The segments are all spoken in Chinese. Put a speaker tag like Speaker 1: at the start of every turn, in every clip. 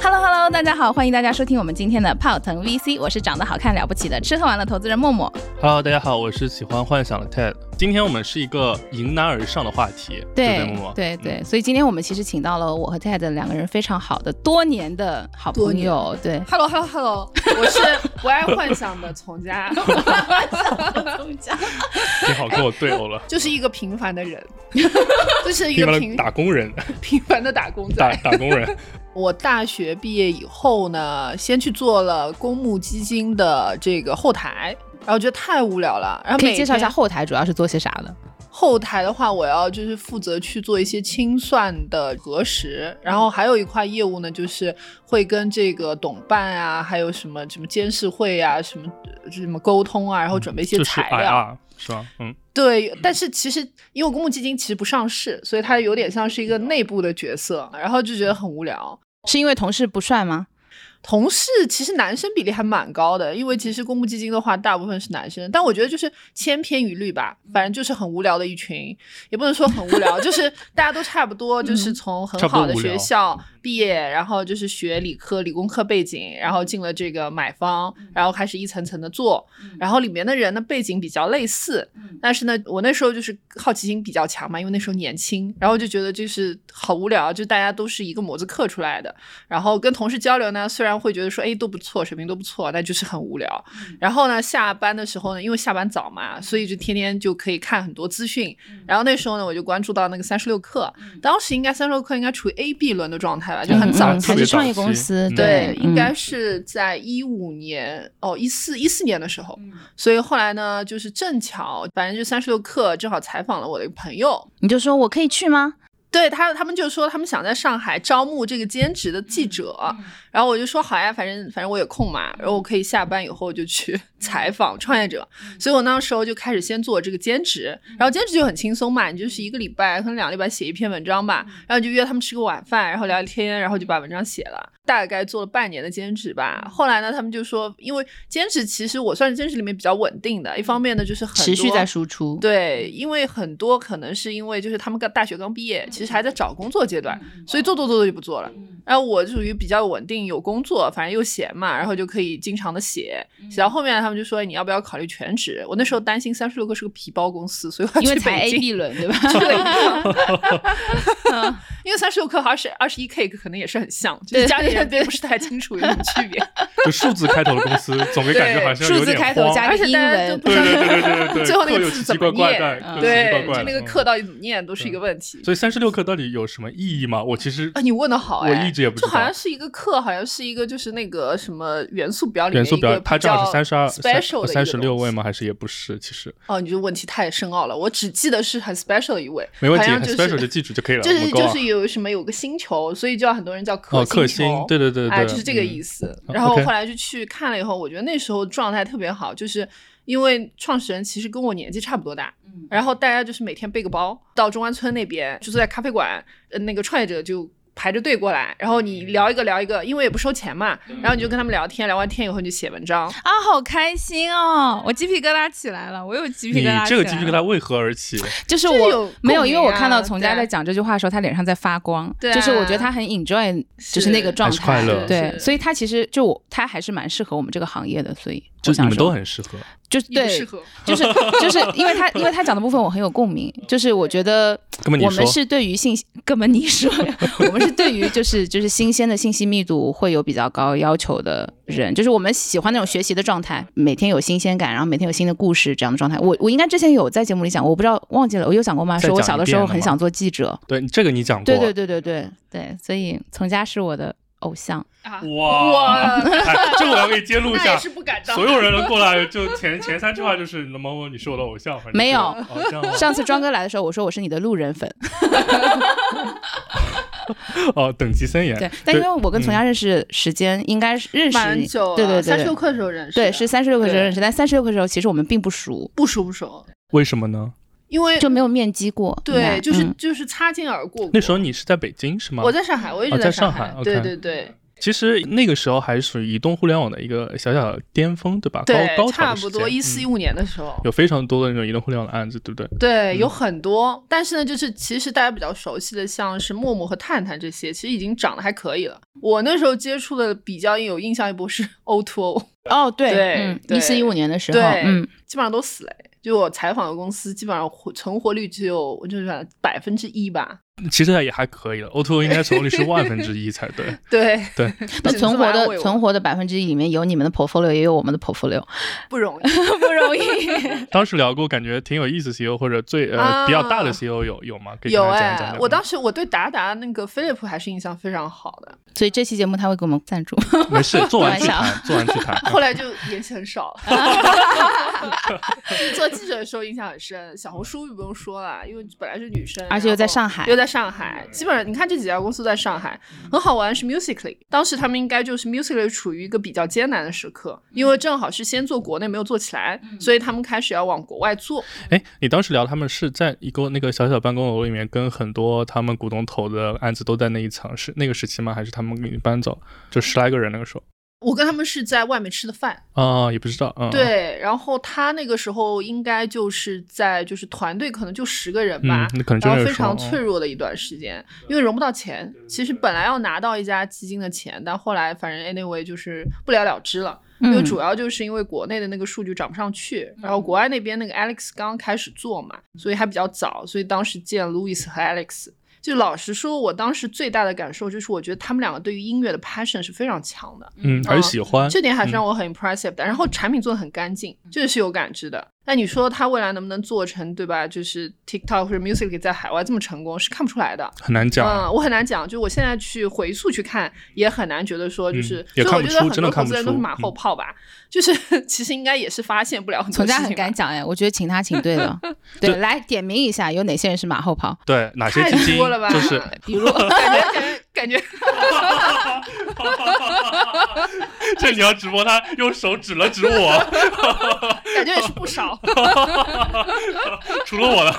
Speaker 1: Hello Hello，大家好，欢迎大家收听我们今天的泡腾 VC，我是长得好看了不起的吃喝玩乐投资人默默。
Speaker 2: ，Hello，大家好，我是喜欢幻想的 Ted。今天我们是一个迎难而上的话题，对
Speaker 1: 对
Speaker 2: 不默默
Speaker 1: 对对，
Speaker 2: 嗯
Speaker 1: 所以今天我们其实请到了我和 Ted 两个人非常好的多年的好
Speaker 3: 多
Speaker 1: 朋
Speaker 3: 年
Speaker 1: 友，对，
Speaker 3: Hello Hello Hello，我 是不爱幻想的从 家，，
Speaker 2: 你好跟我对殴了
Speaker 3: 就是一个平凡 的人，就是一
Speaker 2: 一
Speaker 3: 个
Speaker 2: 般的
Speaker 3: 平
Speaker 2: 打工人，
Speaker 3: 平凡的打工
Speaker 2: 打
Speaker 3: 仔。
Speaker 2: 打工人，
Speaker 3: 我大学毕业以后呢，先去做了公募基金的这个后台，然后觉得太无聊了。然后
Speaker 1: 可
Speaker 3: 每
Speaker 1: 以介绍一下
Speaker 3: 天
Speaker 1: 后台主要是做些啥的？
Speaker 3: 后台的话，我要就是负责去做一些清算的核实，然后还有一块业务呢，就是会跟这个董办啊，还有什么什么监事会啊，什么什么沟通啊，然后准备一些
Speaker 2: 就是
Speaker 3: 材料。
Speaker 2: IR 是吧？嗯，
Speaker 3: 对，但是其实因为公募基金其实不上市，所以它有点像是一个内部的角色，然后就觉得很无聊。
Speaker 1: 是因为同事不帅吗？
Speaker 3: 同事其实男生比例还蛮高的，因为其实公募基金的话，大部分是男生。但我觉得就是千篇一律吧，
Speaker 2: 嗯
Speaker 3: 反正就是很无聊的一群，也不能说很无 聊，就是大家都差不多，就是从很
Speaker 2: 嗯差不多
Speaker 3: 好的
Speaker 2: 无聊
Speaker 3: 学校毕业，然后就是学理科、理工科背景，然后进了这个买方，
Speaker 2: 嗯
Speaker 3: 然后开始一层层的做，然后里面的人的背景比较类似，
Speaker 2: 嗯
Speaker 3: 但是呢，我那时候就是好奇心比较强嘛，因为那时候年轻，然后就觉得就是好无聊，就大家都是一个模子刻出来的，然后跟同事交流呢，虽然会觉得说，哎，都不错，水平都不错，但就是很无聊。 然后呢，下班的时候呢，因为下班早嘛，所以就天天就可以看很多资讯。然后那时候呢，我就关注到那个三十六课，当时应该三十六课应该处于 A B 轮的状态吧，就很早
Speaker 1: 嗯嗯
Speaker 3: 期
Speaker 2: 特
Speaker 1: 还
Speaker 2: 别
Speaker 1: 是
Speaker 2: 早
Speaker 1: 创业
Speaker 2: 期
Speaker 1: 公司，
Speaker 2: 嗯
Speaker 3: 对，应该
Speaker 1: 嗯
Speaker 3: 是在一五年哦，一四一四年的时候，所以后来呢，就是正巧，反正就三十六氪正好采访了我的一个朋友，
Speaker 1: 你就说我可以去吗？
Speaker 3: 对他他们就说他们想在上海招募这个兼职的
Speaker 1: 嗯
Speaker 3: 记者，然后我就说好呀，反正反正我有空嘛，然后
Speaker 1: 嗯
Speaker 3: 我可以下班以后就去 采访创业者，所以我那时候就开始先做这个兼职，
Speaker 1: 嗯
Speaker 3: 然后兼职就很轻松嘛，你就是一个礼拜可能两个礼拜写一篇文章吧，
Speaker 1: 嗯
Speaker 3: 然后就约他们吃个晚饭，然后聊聊天，然后就把文章写了，大概做了半年的兼职吧。
Speaker 1: 嗯
Speaker 3: 后来呢，他们就说，因为兼职其实我算是兼职里面比较稳定的，一方面呢就是很
Speaker 1: 嗯持续
Speaker 3: 多
Speaker 1: 在输出。
Speaker 3: 对，因为很多可能是因为就是他们刚大学刚毕业，其实还在找工作阶段，所以做做做做就不做了。然后我属于比较稳定，有工作，反正又闲嘛，然后就可以经常的写。
Speaker 1: 嗯
Speaker 3: 写到后面他们就说你要不要考虑全职？我那时候担心三十六氪是个皮包公司，所以我要
Speaker 1: 因为
Speaker 3: 去
Speaker 1: 才
Speaker 3: 北
Speaker 1: A
Speaker 3: 京
Speaker 1: B 轮对吧？
Speaker 3: 去了一趟因为三十六氪和二十二十一 K 可能也是很像，就
Speaker 1: 对
Speaker 3: 是家里人并不是太清楚有什么区别。
Speaker 2: 就数字开头的公司，总给感觉好像
Speaker 1: 数
Speaker 2: 有
Speaker 1: 字
Speaker 2: 点
Speaker 1: 开头
Speaker 2: 慌
Speaker 1: 加
Speaker 3: 而
Speaker 1: 个
Speaker 3: 且
Speaker 1: 英
Speaker 3: 大家都
Speaker 1: 文，
Speaker 3: 不知道
Speaker 2: 对对对对 对对
Speaker 3: 最后那
Speaker 2: 各
Speaker 3: 个
Speaker 2: 有
Speaker 3: 字
Speaker 2: 奇
Speaker 3: 怎
Speaker 2: 奇
Speaker 3: 么
Speaker 2: 怪怪
Speaker 3: 念
Speaker 2: 的，
Speaker 1: 嗯
Speaker 2: 各有奇奇怪
Speaker 3: 对，
Speaker 2: 怪
Speaker 3: 就
Speaker 2: 的
Speaker 3: 那个
Speaker 2: 嗯
Speaker 3: 课到底怎么念都是一个问题。
Speaker 2: 所以三十六课到底有什么意义吗？我其实
Speaker 3: 啊，你问的好哎，
Speaker 2: 我一直也不知
Speaker 3: 就
Speaker 2: 道
Speaker 3: 好像是一个课，好像是一个就是那个什么元素表里面
Speaker 2: 元素
Speaker 3: 一
Speaker 2: 表
Speaker 3: 个
Speaker 2: 它
Speaker 3: 比
Speaker 2: 正好
Speaker 3: 较
Speaker 2: 是三十二、
Speaker 3: special 的
Speaker 2: 三十六位
Speaker 3: 嘛。
Speaker 2: 吗？还是也不是？其实
Speaker 3: 哦，你这问题太深奥了，我只记得是很 special 的一位，
Speaker 2: 没问题
Speaker 3: 好像
Speaker 2: 很
Speaker 3: 就是
Speaker 2: ，special 就记住就可以了。
Speaker 3: 就
Speaker 2: 我
Speaker 3: 是
Speaker 2: 们够
Speaker 3: 就
Speaker 2: 啊
Speaker 3: 是有什么有个星球，所以叫很多人叫
Speaker 2: 哦，克星
Speaker 3: 星球，，
Speaker 2: 对对对对，
Speaker 3: 哎，就是这个意
Speaker 2: 思。
Speaker 3: 思。
Speaker 2: 嗯
Speaker 3: 然后
Speaker 2: ，OK
Speaker 3: 后来就去看了以后，我觉得那时候状态特别好，就是因为创始人其实跟我年纪差不多大，然后大家就是每天背个包到中关村那边，就坐在咖啡馆，呃，那个创业者就。排着队过来，然后你聊一个聊一个，因为也不收钱嘛，然后你就跟他们聊天，聊完天以后你就写文 章。
Speaker 1: 啊，好开心哦！我鸡皮疙瘩起来了，我有鸡皮
Speaker 2: 你
Speaker 1: 疙瘩。
Speaker 2: 这个鸡皮疙，瘩为何而起？
Speaker 1: 就是
Speaker 3: 这
Speaker 1: 我
Speaker 3: 有
Speaker 1: 没有，
Speaker 3: 共
Speaker 1: 因
Speaker 3: 鸣
Speaker 1: 为我看到
Speaker 3: 啊
Speaker 1: 从
Speaker 3: 对
Speaker 1: 家在讲这句话的时候，他脸上在发光，
Speaker 3: 对啊
Speaker 1: 就是我觉得他很 enjoy，就是那个状态，
Speaker 2: 还是快乐
Speaker 1: 对，
Speaker 3: 是
Speaker 1: 所以他其实就我他还是蛮适合我们这个行业的，所以
Speaker 2: 就
Speaker 1: 我
Speaker 2: 你
Speaker 1: 想
Speaker 2: 们
Speaker 1: 说
Speaker 2: 都很适合。
Speaker 1: 就是
Speaker 3: 你不
Speaker 1: 对
Speaker 3: 适，合，
Speaker 1: 就是就是因为他因为他讲的部分我很有共鸣，就是我觉得
Speaker 2: 根本你
Speaker 1: 我们
Speaker 2: 说
Speaker 1: 是对于信息， 根本你说呀，我们是对于就是就是新鲜的信息密度会有比较高要求的人，就是我们喜欢那种学习的状态，每天有新鲜感，然后每天有新的故事这样的状态。我我应该之前有在节目里讲过，我不知道忘记了，我有讲过吗？
Speaker 2: 再
Speaker 1: 说我
Speaker 2: 讲
Speaker 1: 小
Speaker 2: 一
Speaker 1: 的时
Speaker 2: 遍
Speaker 1: 候
Speaker 2: 了
Speaker 1: 很
Speaker 2: 吗
Speaker 1: 想做记者，
Speaker 2: 对这个你讲过，
Speaker 1: 对对对对对对，所以从家是我的偶像。
Speaker 3: 啊，
Speaker 2: 哇， 哎这个我要给你揭露一
Speaker 3: 那也
Speaker 2: 下
Speaker 3: 是。不敢当。啊
Speaker 2: 所有人都过来，就前前三句话就是“某某，你是我的偶像”，反正
Speaker 1: 没有
Speaker 2: 就是哦这样吗
Speaker 1: 上次庄哥来的时候，我说我是你的路人粉，
Speaker 2: 哦，等级森严。
Speaker 1: 对，但因为我跟从家认识时间应该是认识
Speaker 3: 蛮久了，
Speaker 1: 对对对，
Speaker 3: 三十六课的时候认识，
Speaker 1: 对是三十六课时候
Speaker 3: 对
Speaker 1: 认识，但三十六课时候其实我们并不熟，
Speaker 3: 不熟不熟，
Speaker 2: 为什么呢？
Speaker 3: 因为
Speaker 1: 就没有面基过。应
Speaker 3: 对，
Speaker 1: 该
Speaker 3: 就是、
Speaker 1: 嗯
Speaker 3: 就是擦肩而过。
Speaker 2: 那时候你是在北京是吗？
Speaker 3: 我在上海，我一
Speaker 2: 哦
Speaker 3: 直
Speaker 2: 在上
Speaker 3: 上
Speaker 2: 海，OK
Speaker 3: 对对对
Speaker 2: 其实那个时候还是属于移动互联网的一个小小的巅峰，对吧？
Speaker 3: 对，
Speaker 2: 高高潮
Speaker 3: 差
Speaker 2: 的时
Speaker 3: 不
Speaker 2: 间
Speaker 3: 多一四一
Speaker 2: 嗯
Speaker 3: 五年的时候，
Speaker 2: 有非常多的那种移动互联网的案子，对不对？
Speaker 3: 对，
Speaker 2: 嗯
Speaker 3: 有很多，但是呢，就是其实大家比较熟悉的，像是陌陌和探探这些，其实已经涨得还可以了。我那时候接触的比较有印象一波是 O to O，
Speaker 1: 哦对
Speaker 3: 对
Speaker 1: 嗯，
Speaker 3: 对
Speaker 1: 一四一五年的时候，
Speaker 3: 对，
Speaker 1: 嗯，
Speaker 3: 基本上都死了。就我采访的公司，基本上活存活率只有我就是百分之一吧。
Speaker 2: 其实也还可以了，O2O 应该存活率是万分之一才对。
Speaker 3: 对
Speaker 2: 对，
Speaker 1: 那
Speaker 3: 只能
Speaker 1: 存
Speaker 3: 这么
Speaker 1: 活
Speaker 3: 安
Speaker 1: 的
Speaker 3: 慰我
Speaker 1: 存活的百分之一里面有你们的 portfolio，也有我们的 portfolio，
Speaker 3: 不容易。
Speaker 1: 不容易。
Speaker 2: 当时聊过，感觉挺有意思，CEO 或者最呃、
Speaker 3: 啊
Speaker 2: 比较大的 CEO 有有吗？ 可以跟
Speaker 3: 有
Speaker 2: 大家
Speaker 3: 哎、
Speaker 2: 讲嗯讲吗。
Speaker 3: 我当时我对达达那个飞利浦还是印象非常好的，
Speaker 1: 所以这期节目他会给我们赞助，
Speaker 2: 没事，做完
Speaker 1: 开玩
Speaker 2: 去
Speaker 1: 笑
Speaker 2: 谈，做完去谈。嗯
Speaker 3: 后来就联系很少了。 做记者的时候印象很深，小红书就不用说了，因为本来是女生，
Speaker 1: 而且又在上
Speaker 3: 海。
Speaker 1: 海
Speaker 3: 又。在上海，基本上你看这几家公司都在上海，很好玩是 Musically，当时他们应该就是 Musically 处于一个比较艰难的时刻，因
Speaker 1: 嗯
Speaker 3: 为正好是先做国内没有做起来，所以他们开始要往国外做。
Speaker 2: 哎，你当时聊他们是在一个那个小小办公楼里面，跟很多他们股东投的案子都在那一层，是那个时期吗？还是他们给你搬走？就十来个人那个时候
Speaker 3: 我跟他们是在外面吃的饭，
Speaker 2: 啊、也不知道。嗯，，
Speaker 3: 对，然后他那个时候应该就是在就是团队可能就十个人吧
Speaker 2: 嗯，，那可能真
Speaker 3: 然
Speaker 2: 的有
Speaker 3: 后非常
Speaker 2: 时候
Speaker 3: 脆。弱的一段时间，因为融不到钱。其实本来要拿到一家基金的钱，但后来反正 anyway 就是不了了之了。因为
Speaker 1: 嗯
Speaker 3: 主要就是因为国内的那个数据涨不上去，
Speaker 2: 嗯
Speaker 3: 然后国外那边那个 Alex 刚刚开始做嘛，所以还比较早，所以当时见 Louis 和 Alex。就老实说，我当时最大的感受就是，我觉得他们两个对于音乐的 passion 是非常强的，
Speaker 2: 嗯，还是喜欢。
Speaker 3: 这点还是
Speaker 2: 嗯
Speaker 3: 让我很 impressive 的。然后产品做的很干净，这个是有感知的。那你说他未来能不能做成，对吧？就是 TikTok 或者 Music 在海外这么成功，是看不出来的。
Speaker 2: 很难讲。
Speaker 3: 嗯，我很难讲，就我现在去回溯去看，也很难觉得说就是，
Speaker 2: 嗯也
Speaker 3: 所以
Speaker 2: 看
Speaker 3: 我
Speaker 2: 不
Speaker 3: 觉得
Speaker 2: 出
Speaker 3: 很
Speaker 2: 真的
Speaker 3: 多投
Speaker 2: 看不
Speaker 3: 资人都是
Speaker 2: 出
Speaker 3: 马后
Speaker 2: 嗯
Speaker 3: 炮吧， 就是其实应该也是发现不了很多
Speaker 1: 从
Speaker 3: 事
Speaker 1: 家
Speaker 3: 情吧。
Speaker 1: 很敢讲哎，我觉得请他请对 了。对，来点名一下，有哪些人是马后炮？
Speaker 2: 对，哪些
Speaker 3: 太
Speaker 2: 基金
Speaker 3: 多了吧
Speaker 2: 就是
Speaker 1: 比如
Speaker 3: 感觉感觉感觉，
Speaker 2: 这你要直播，他用手指了指我，
Speaker 3: 感觉也是不少，
Speaker 2: 除了我了。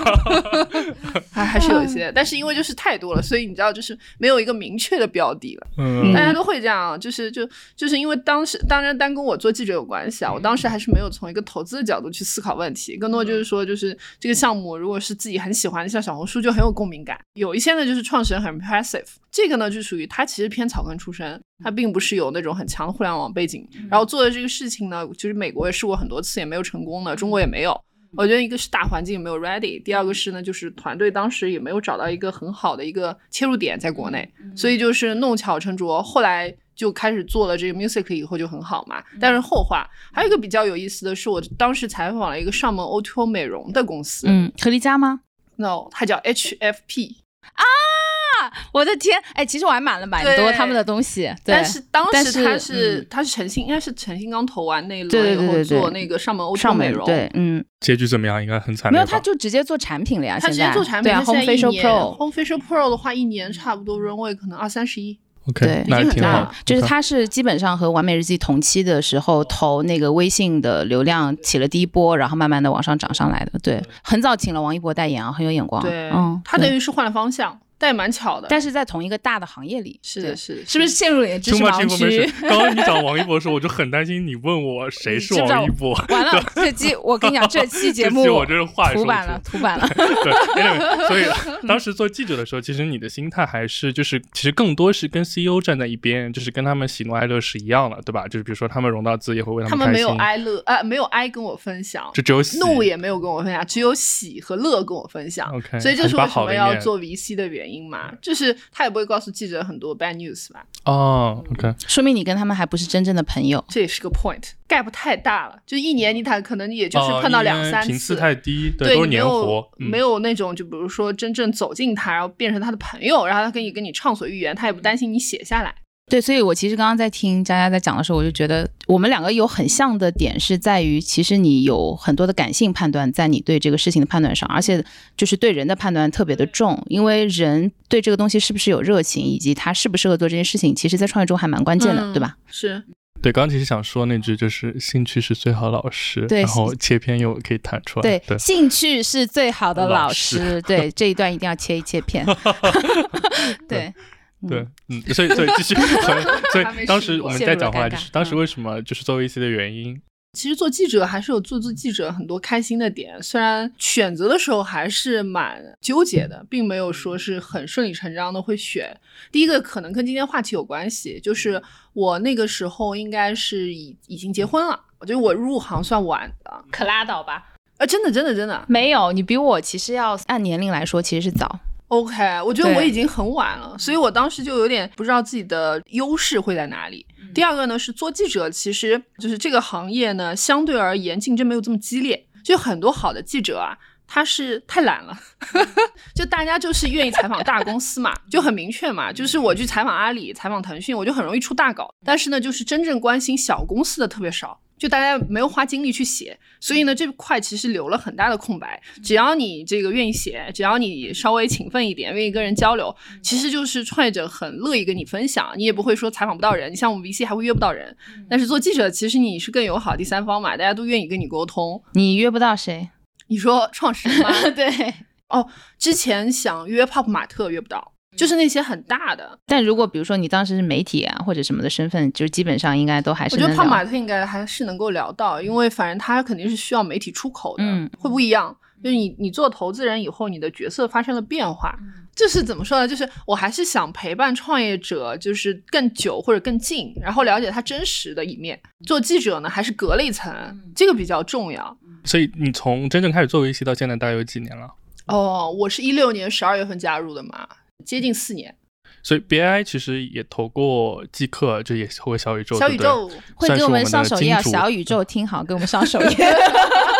Speaker 3: 还还是有一些，但是因为就是太多了，所以你知道就是没有一个明确的标的了。
Speaker 2: 嗯
Speaker 3: 大家都会这样，就是就就是因为当时，当然单跟我做记者有关系啊。我当时还是没有从一个投资的角度去思考问题，更多就是说，就是这个项目如果是自己很喜欢的，像小红书就很有共鸣感。有一些呢，就是创始人很 impressive，这个呢就属于他其实偏草根出身，他并不是有那种很强的互联网背景。然后做的这个事情呢，就是美国也试过很多次也没有成功的，中国也没有。我觉得一个是大环境没有 ready，第二个是呢，就是团队当时也没有找到一个很好的一个切入点在国内，
Speaker 1: 嗯
Speaker 3: 所以就是弄巧成拙，后来就开始做了这个 Music 以后就很好
Speaker 1: 嗯
Speaker 3: 嘛。但是后话，还有一个比较有意思的是，我当时采访了一个上门 O2O 美容的公 司、
Speaker 1: 嗯，何丽佳吗？
Speaker 3: n o 它叫 HFP，啊
Speaker 1: 我的天，哎，其实我还买了蛮多
Speaker 3: 对
Speaker 1: 他们的东西，对
Speaker 3: 但是当
Speaker 1: 但
Speaker 3: 时
Speaker 1: 是
Speaker 3: 它是
Speaker 1: 嗯
Speaker 3: 它是诚信，应该是诚信刚投完那一轮
Speaker 1: 对对
Speaker 3: 以
Speaker 1: 对
Speaker 3: 后
Speaker 1: 对对
Speaker 3: 做那个上门 O2O
Speaker 1: 上
Speaker 3: 美
Speaker 1: 美
Speaker 3: 容，
Speaker 1: 对，嗯，
Speaker 2: 结局怎么样？应该很惨
Speaker 1: 没
Speaker 2: 烈吧。
Speaker 1: 有，他就直接做产品了呀，
Speaker 3: 他直
Speaker 1: 现
Speaker 3: 接
Speaker 1: 在
Speaker 3: 做产
Speaker 1: 对
Speaker 3: 品，
Speaker 1: 啊
Speaker 3: 它现
Speaker 1: ，Home
Speaker 3: 在一
Speaker 1: Facial
Speaker 3: 年
Speaker 1: Pro，嗯
Speaker 3: Home Facial Pro 的话，一年差不多 runway 可能二三十一，
Speaker 2: OK，
Speaker 1: 对
Speaker 2: 那还
Speaker 3: 已经很
Speaker 2: 挺
Speaker 3: 大
Speaker 2: 好
Speaker 3: 了。
Speaker 1: 啊就是
Speaker 2: OK
Speaker 1: 他是基本上和完美日记同期的时候投那个微信的流量起了第一波，然后慢慢的往上涨上来的，对，很早请了王一博代言啊，很有眼光，
Speaker 3: 对，
Speaker 1: 嗯，
Speaker 3: 他等
Speaker 1: 对，
Speaker 3: 于是换了方向，但也蛮巧的。
Speaker 1: 但是在同一个大的行业里，
Speaker 3: 是的，
Speaker 1: 对
Speaker 3: 是的，
Speaker 1: 是不是陷入了你的知
Speaker 2: Too
Speaker 1: 识
Speaker 2: much
Speaker 1: 盲区？
Speaker 2: information。刚刚你讲王一博的时候，我就很担心你问我谁
Speaker 3: 嗯
Speaker 2: 是王一 博。
Speaker 1: 完了，这期我跟你 讲，这期节
Speaker 2: 这
Speaker 1: 目
Speaker 2: 期我真是话也说
Speaker 1: 土
Speaker 2: 不
Speaker 1: 版
Speaker 2: 出
Speaker 1: 了，。土版了。
Speaker 2: 对，anyway，所以当时做记者的时候，其实你的心态还是就是，其实更多是跟 CEO 站在一边，就是跟他们喜怒哀乐是一样的，对吧？就是比如说他们融到资也会为
Speaker 3: 他
Speaker 2: 们
Speaker 3: 们
Speaker 2: 开
Speaker 3: 没有
Speaker 2: 心，
Speaker 3: 哀乐，呃，没有哀跟我分享，
Speaker 2: 就只有喜
Speaker 3: 怒也没有跟我分享，只有喜和乐跟我分享。
Speaker 2: OK，
Speaker 3: 所以这是
Speaker 2: 还是把
Speaker 3: 为什
Speaker 2: 好的
Speaker 3: 么
Speaker 2: 一
Speaker 3: 要
Speaker 2: 面
Speaker 3: 做 VC 的原因嘛，就是他也不会告诉记者很多 bad news 吧，
Speaker 2: 哦，OK，
Speaker 1: 说明你跟他们还不是真正的朋友。
Speaker 3: 这也是个 point gap 太大了，就一年你他可能也就是
Speaker 2: 哦
Speaker 3: 碰到两
Speaker 2: 因为
Speaker 3: 三
Speaker 2: 频次
Speaker 3: 次，
Speaker 2: 太低，都
Speaker 3: 对，你
Speaker 2: 是
Speaker 3: 没
Speaker 2: 年
Speaker 3: 有
Speaker 2: 活，嗯
Speaker 3: 没有那种就比如说真正走进他，然后变成他的朋友，然后他可以跟你畅所欲言，他也不担心你写下来。
Speaker 1: 对，所以我其实刚刚在听佳佳在讲的时候，我就觉得我们两个有很像的点，是在于其实你有很多的感性判断在你对这个事情的判断上，而且就是对人的判断特别的重，因为人对这个东西是不是有热情，以及他适不适合做这件事情，其实在创业中还蛮关键的，
Speaker 3: 嗯
Speaker 1: 对吧？
Speaker 3: 是
Speaker 2: 对，刚刚其实想说那句就是兴趣是最好的老师，
Speaker 1: 对
Speaker 2: 然后切片又可以弹出来。
Speaker 1: 对
Speaker 2: 对，，
Speaker 1: 兴趣是最好的老
Speaker 2: 老师
Speaker 1: 师。对，这一段一定要切一切片。对，
Speaker 2: 对，嗯，所以所以继 续，所以所
Speaker 3: 还没
Speaker 2: 以当
Speaker 3: 试
Speaker 2: 时
Speaker 3: 过
Speaker 2: 我们
Speaker 1: 陷
Speaker 2: 在
Speaker 1: 入了
Speaker 2: 讲回来，
Speaker 1: 尴
Speaker 2: 就
Speaker 1: 尬
Speaker 2: 是当
Speaker 3: 嗯
Speaker 2: 时为什么就是作为一些的原因，
Speaker 3: 其实做记者还是有做做记者很多开心的点，虽然选择的时候还是蛮纠结的，并没有说是很顺理成章的会选。第一个可能跟今天话题有关系，就是我那个时候应该是已已经结婚了，我觉得我入行算晚的，
Speaker 1: 可拉倒吧。
Speaker 3: 啊，真的真的真的
Speaker 1: 没有，你比我其实要按年龄来说其实是早。
Speaker 3: ，OK，我觉得
Speaker 1: 对
Speaker 3: 我已经很晚了，所以我当时就有点不知道自己的优势会在哪里。第二个呢是做记者，其实就是这个行业呢，相对而言竞争没有这么激烈，就很多好的记者啊。他是太懒了， 就大家就是愿意采访大公司嘛，就很明确嘛，就是我去采访阿里、采访腾讯，我就很容易出大稿。但是呢，就是真正关心小公司的特别少，就大家没有花精力去写，所以呢，这块其实留了很大的空白。只要你这个愿意写，只要你稍微勤奋一点，愿意跟人交流，其实就是创业者很乐意跟你分享，你也不会说采访不到人。你像我们 VC 还会约不到人，但是做记者其实你是更友好第三方嘛，大家都愿意跟你沟通。
Speaker 1: 你约不到谁？
Speaker 3: 你说创始人吗？
Speaker 1: 对。
Speaker 3: 之前想约泡泡玛特约不到，就是那些很大的，
Speaker 1: 但如果比如说你当时是媒体啊或者什么的身份，就基本上应该都还是
Speaker 3: 我觉得
Speaker 1: 能
Speaker 3: 泡
Speaker 1: 聊
Speaker 3: 玛特应该还是能够聊到，因为反正他肯定是需要媒体出口的，
Speaker 1: 嗯
Speaker 3: 会不一样。就是你你做投资人以后，你的角色发生了变化，
Speaker 1: 嗯
Speaker 3: 就是怎么说呢？就是我还是想陪伴创业者，就是更久或者更近，然后了解他真实的一面。做记者呢，还是隔了一层，
Speaker 1: 嗯
Speaker 3: 这个比较重要。
Speaker 2: 所以你从真正开始做维 c 到现在大概有几年了？
Speaker 3: 哦，我是一六年十二月份加入的嘛，接近四年。
Speaker 2: 所以 BI 其实也投过季客，就也投过小宇宙，
Speaker 3: 小
Speaker 2: 对
Speaker 3: 宇
Speaker 2: 不对
Speaker 3: 宙，
Speaker 1: 会给
Speaker 2: 算是
Speaker 1: 我
Speaker 2: 我
Speaker 1: 们
Speaker 2: 们
Speaker 1: 上
Speaker 2: 的
Speaker 1: 首
Speaker 2: 金
Speaker 1: 页啊，
Speaker 2: 主嗯
Speaker 1: 小宇宙听好，给我们上首 页。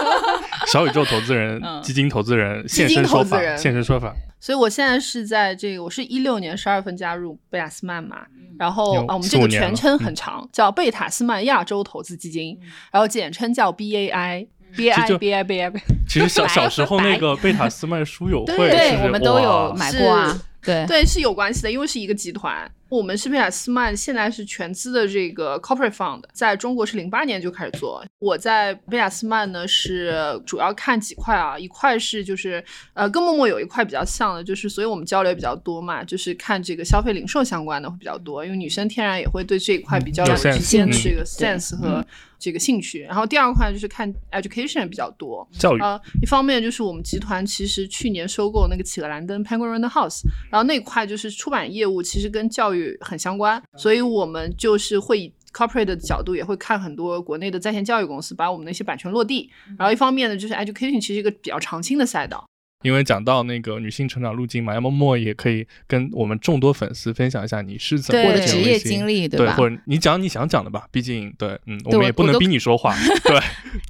Speaker 2: 小宇宙投资人
Speaker 1: 嗯、
Speaker 2: 基金投资人现
Speaker 3: 基金
Speaker 2: 身
Speaker 3: 投
Speaker 2: 说
Speaker 3: 资
Speaker 2: 法，
Speaker 3: 人
Speaker 2: 现身说法。
Speaker 3: 所以我现在是在这个，我是一六年十二份加入贝塔斯曼嘛，然后
Speaker 2: 有
Speaker 3: 啊，我们
Speaker 2: 四
Speaker 3: 这个
Speaker 2: 五年
Speaker 3: 全
Speaker 2: 了嗯
Speaker 3: 称很长，叫贝塔斯曼亚洲投资基金，然后简称叫 BAI。B
Speaker 2: 其
Speaker 3: I
Speaker 2: 实就
Speaker 3: B I B I，
Speaker 2: 其实小
Speaker 1: 白
Speaker 2: 小时候那
Speaker 1: 白
Speaker 2: 个贝塔斯曼书友会，是
Speaker 3: 对
Speaker 2: 不
Speaker 1: 对，
Speaker 2: 是
Speaker 1: 我们都有
Speaker 2: 哇
Speaker 1: 买过啊。对，
Speaker 3: 对，是有关系的，因为是一个集团。我们是贝塔斯曼，现在是全资的这个 corporate fund，在中国是零八年就开始做。我在贝塔斯曼呢是主要看几块啊，一块是就是呃跟陌陌有一块比较像的，就是所以我们交流也比较多嘛，就是看这个消费零售相关的会比较多，因为女生天然也会对这一块比较
Speaker 2: 有
Speaker 3: 有
Speaker 2: sense，
Speaker 3: 直接的
Speaker 2: 嗯
Speaker 3: 这
Speaker 1: 对
Speaker 3: 个 sense 和这个兴趣。然后第二块就是看 education 比较多，
Speaker 2: 教育，
Speaker 3: 呃，一方面就是我们集团其实去年收购那个企鹅兰登 Penguin Random House，然后那块就是出版业务其实跟教育很相关，所以我们就是会以 corporate 的角度也会看很多国内的在线教育公司把我们的一些版权落地，然后一方面呢就是 education 其实是一个比较常青的赛道。
Speaker 2: 因为讲到那个女性成长路径嘛，要么莫也可以跟我们众多粉丝分享一下你是怎么
Speaker 3: 对
Speaker 1: 我的
Speaker 2: 进入
Speaker 1: 职业
Speaker 2: 微信
Speaker 1: 经历，
Speaker 2: 对，
Speaker 1: 吧？
Speaker 2: 或者你讲你想讲的吧，毕竟对，嗯，
Speaker 1: 对
Speaker 2: 我们
Speaker 1: 我
Speaker 2: 也不
Speaker 1: 我
Speaker 2: 能
Speaker 1: 都
Speaker 2: 逼你 说话，对，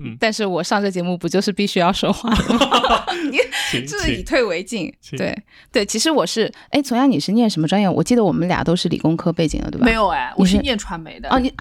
Speaker 2: 嗯，
Speaker 1: 但是我上这节目不就是必须要说话 吗？你
Speaker 2: 请
Speaker 1: 就是以
Speaker 2: 请，
Speaker 1: 退为进，
Speaker 2: 请
Speaker 1: 对对。其实我是，哎，从阳，你是念什么专业？我记得我们俩都是理工科背景的，对吧？
Speaker 3: 没有哎，我
Speaker 1: 你
Speaker 3: 是
Speaker 1: 是
Speaker 3: 念传媒的
Speaker 1: 哦，你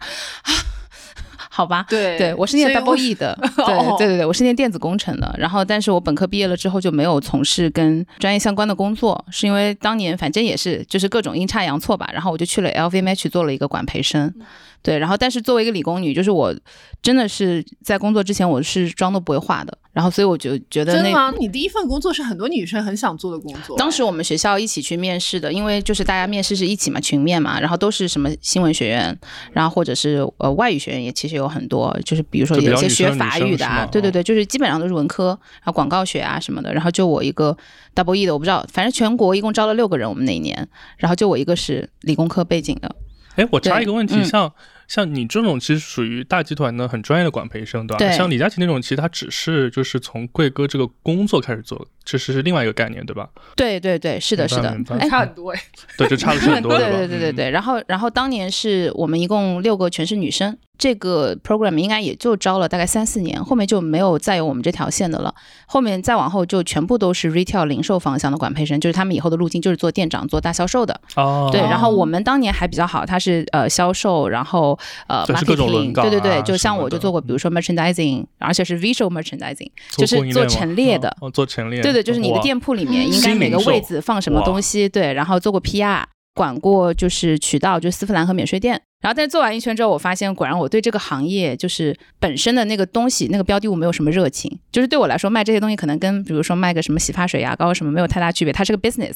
Speaker 1: 好吧，
Speaker 3: 对
Speaker 1: 对，我是念
Speaker 3: 所以
Speaker 1: double
Speaker 3: 我
Speaker 1: E 的，
Speaker 3: 哦
Speaker 1: 对对对对，我是念电子工程的。然后，但是我本科毕业了之后就没有从事跟专业相关的工作，是因为当年反正也是就是各种阴差阳错吧。然后我就去了 LVMH 做了一个管培生，
Speaker 3: 嗯
Speaker 1: 对。然后，但是作为一个理工女，就是我真的是在工作之前我是妆都不会化的，然后所以我就觉得
Speaker 3: 真的
Speaker 1: 那
Speaker 3: 吗？你第一份工作是很多女生很想做的工作，
Speaker 1: 当时我们学校一起去面试的，因为就是大家面试是一起嘛，群面嘛，然后都是什么新闻学院，然后或者是呃外语学院也其实有很多，就是比如说
Speaker 2: 就比
Speaker 1: 有
Speaker 2: 较
Speaker 1: 些
Speaker 2: 女
Speaker 1: 学
Speaker 2: 生
Speaker 1: 法
Speaker 2: 女生
Speaker 1: 语的
Speaker 2: 是
Speaker 1: 啊
Speaker 2: 吗，哦
Speaker 1: 对对对，就是基本上都是文科，然后广告学啊什么的，然后就我一个 double E 的，我不知道，反正全国一共招了六个人，我们那一年，然后就我一个是理工科背景的，
Speaker 2: 哎，我插
Speaker 1: 对
Speaker 2: 一个问题，
Speaker 1: 嗯
Speaker 2: 像像你这种其实属于大集团的很专业的管培生，对吧？
Speaker 1: 对
Speaker 2: 像李佳琦那种，其实他只是就是从贵哥这个工作开始做，这是是另外一个概念，对吧？
Speaker 1: 对对对，是的，
Speaker 2: 明白
Speaker 1: 是的
Speaker 2: 明。白
Speaker 1: 哎，
Speaker 3: 差很多哎。
Speaker 2: 对，这差的是很多，
Speaker 1: 对
Speaker 2: 吧？
Speaker 1: 对对对
Speaker 2: 嗯。
Speaker 1: 对。然后然后当年是我们一共六个全是女生，这个 program 应该也就招了大概三四年，后面就没有再有我们这条线的了。后面再往后就全部都是 retail 零售方向的管培生，就是他们以后的路径就是做店长、做大销售的。
Speaker 2: 哦，
Speaker 1: 对，然后我们当年还比较好，它是呃销售，然后呃
Speaker 2: 对是各种轮
Speaker 1: marketing，
Speaker 2: 岗啊
Speaker 1: 对对对，
Speaker 2: 什么
Speaker 1: 就像我
Speaker 2: 的嗯
Speaker 1: 就做过，比如说 merchandising，而且是 visual merchandising，
Speaker 2: 做
Speaker 1: 就是
Speaker 2: 供应
Speaker 1: 做
Speaker 2: 链吗
Speaker 1: 陈列的
Speaker 2: 哦哦做陈列，
Speaker 1: 对对，就是你的
Speaker 2: 哇
Speaker 1: 店铺里面
Speaker 3: 嗯
Speaker 1: 应该每个
Speaker 2: 新零售
Speaker 1: 位置放什么东西，对，然后做过 PR，管过就是渠道，就丝芙兰和免税店。然后，但是做完一圈之后，我发现果然我对这个行业就是本身的那个东西、那个标的物没有什么热情。就是对我来说，卖这些东西可能跟比如说卖个什么洗发水、牙膏什么没有太大区别，它是个 business。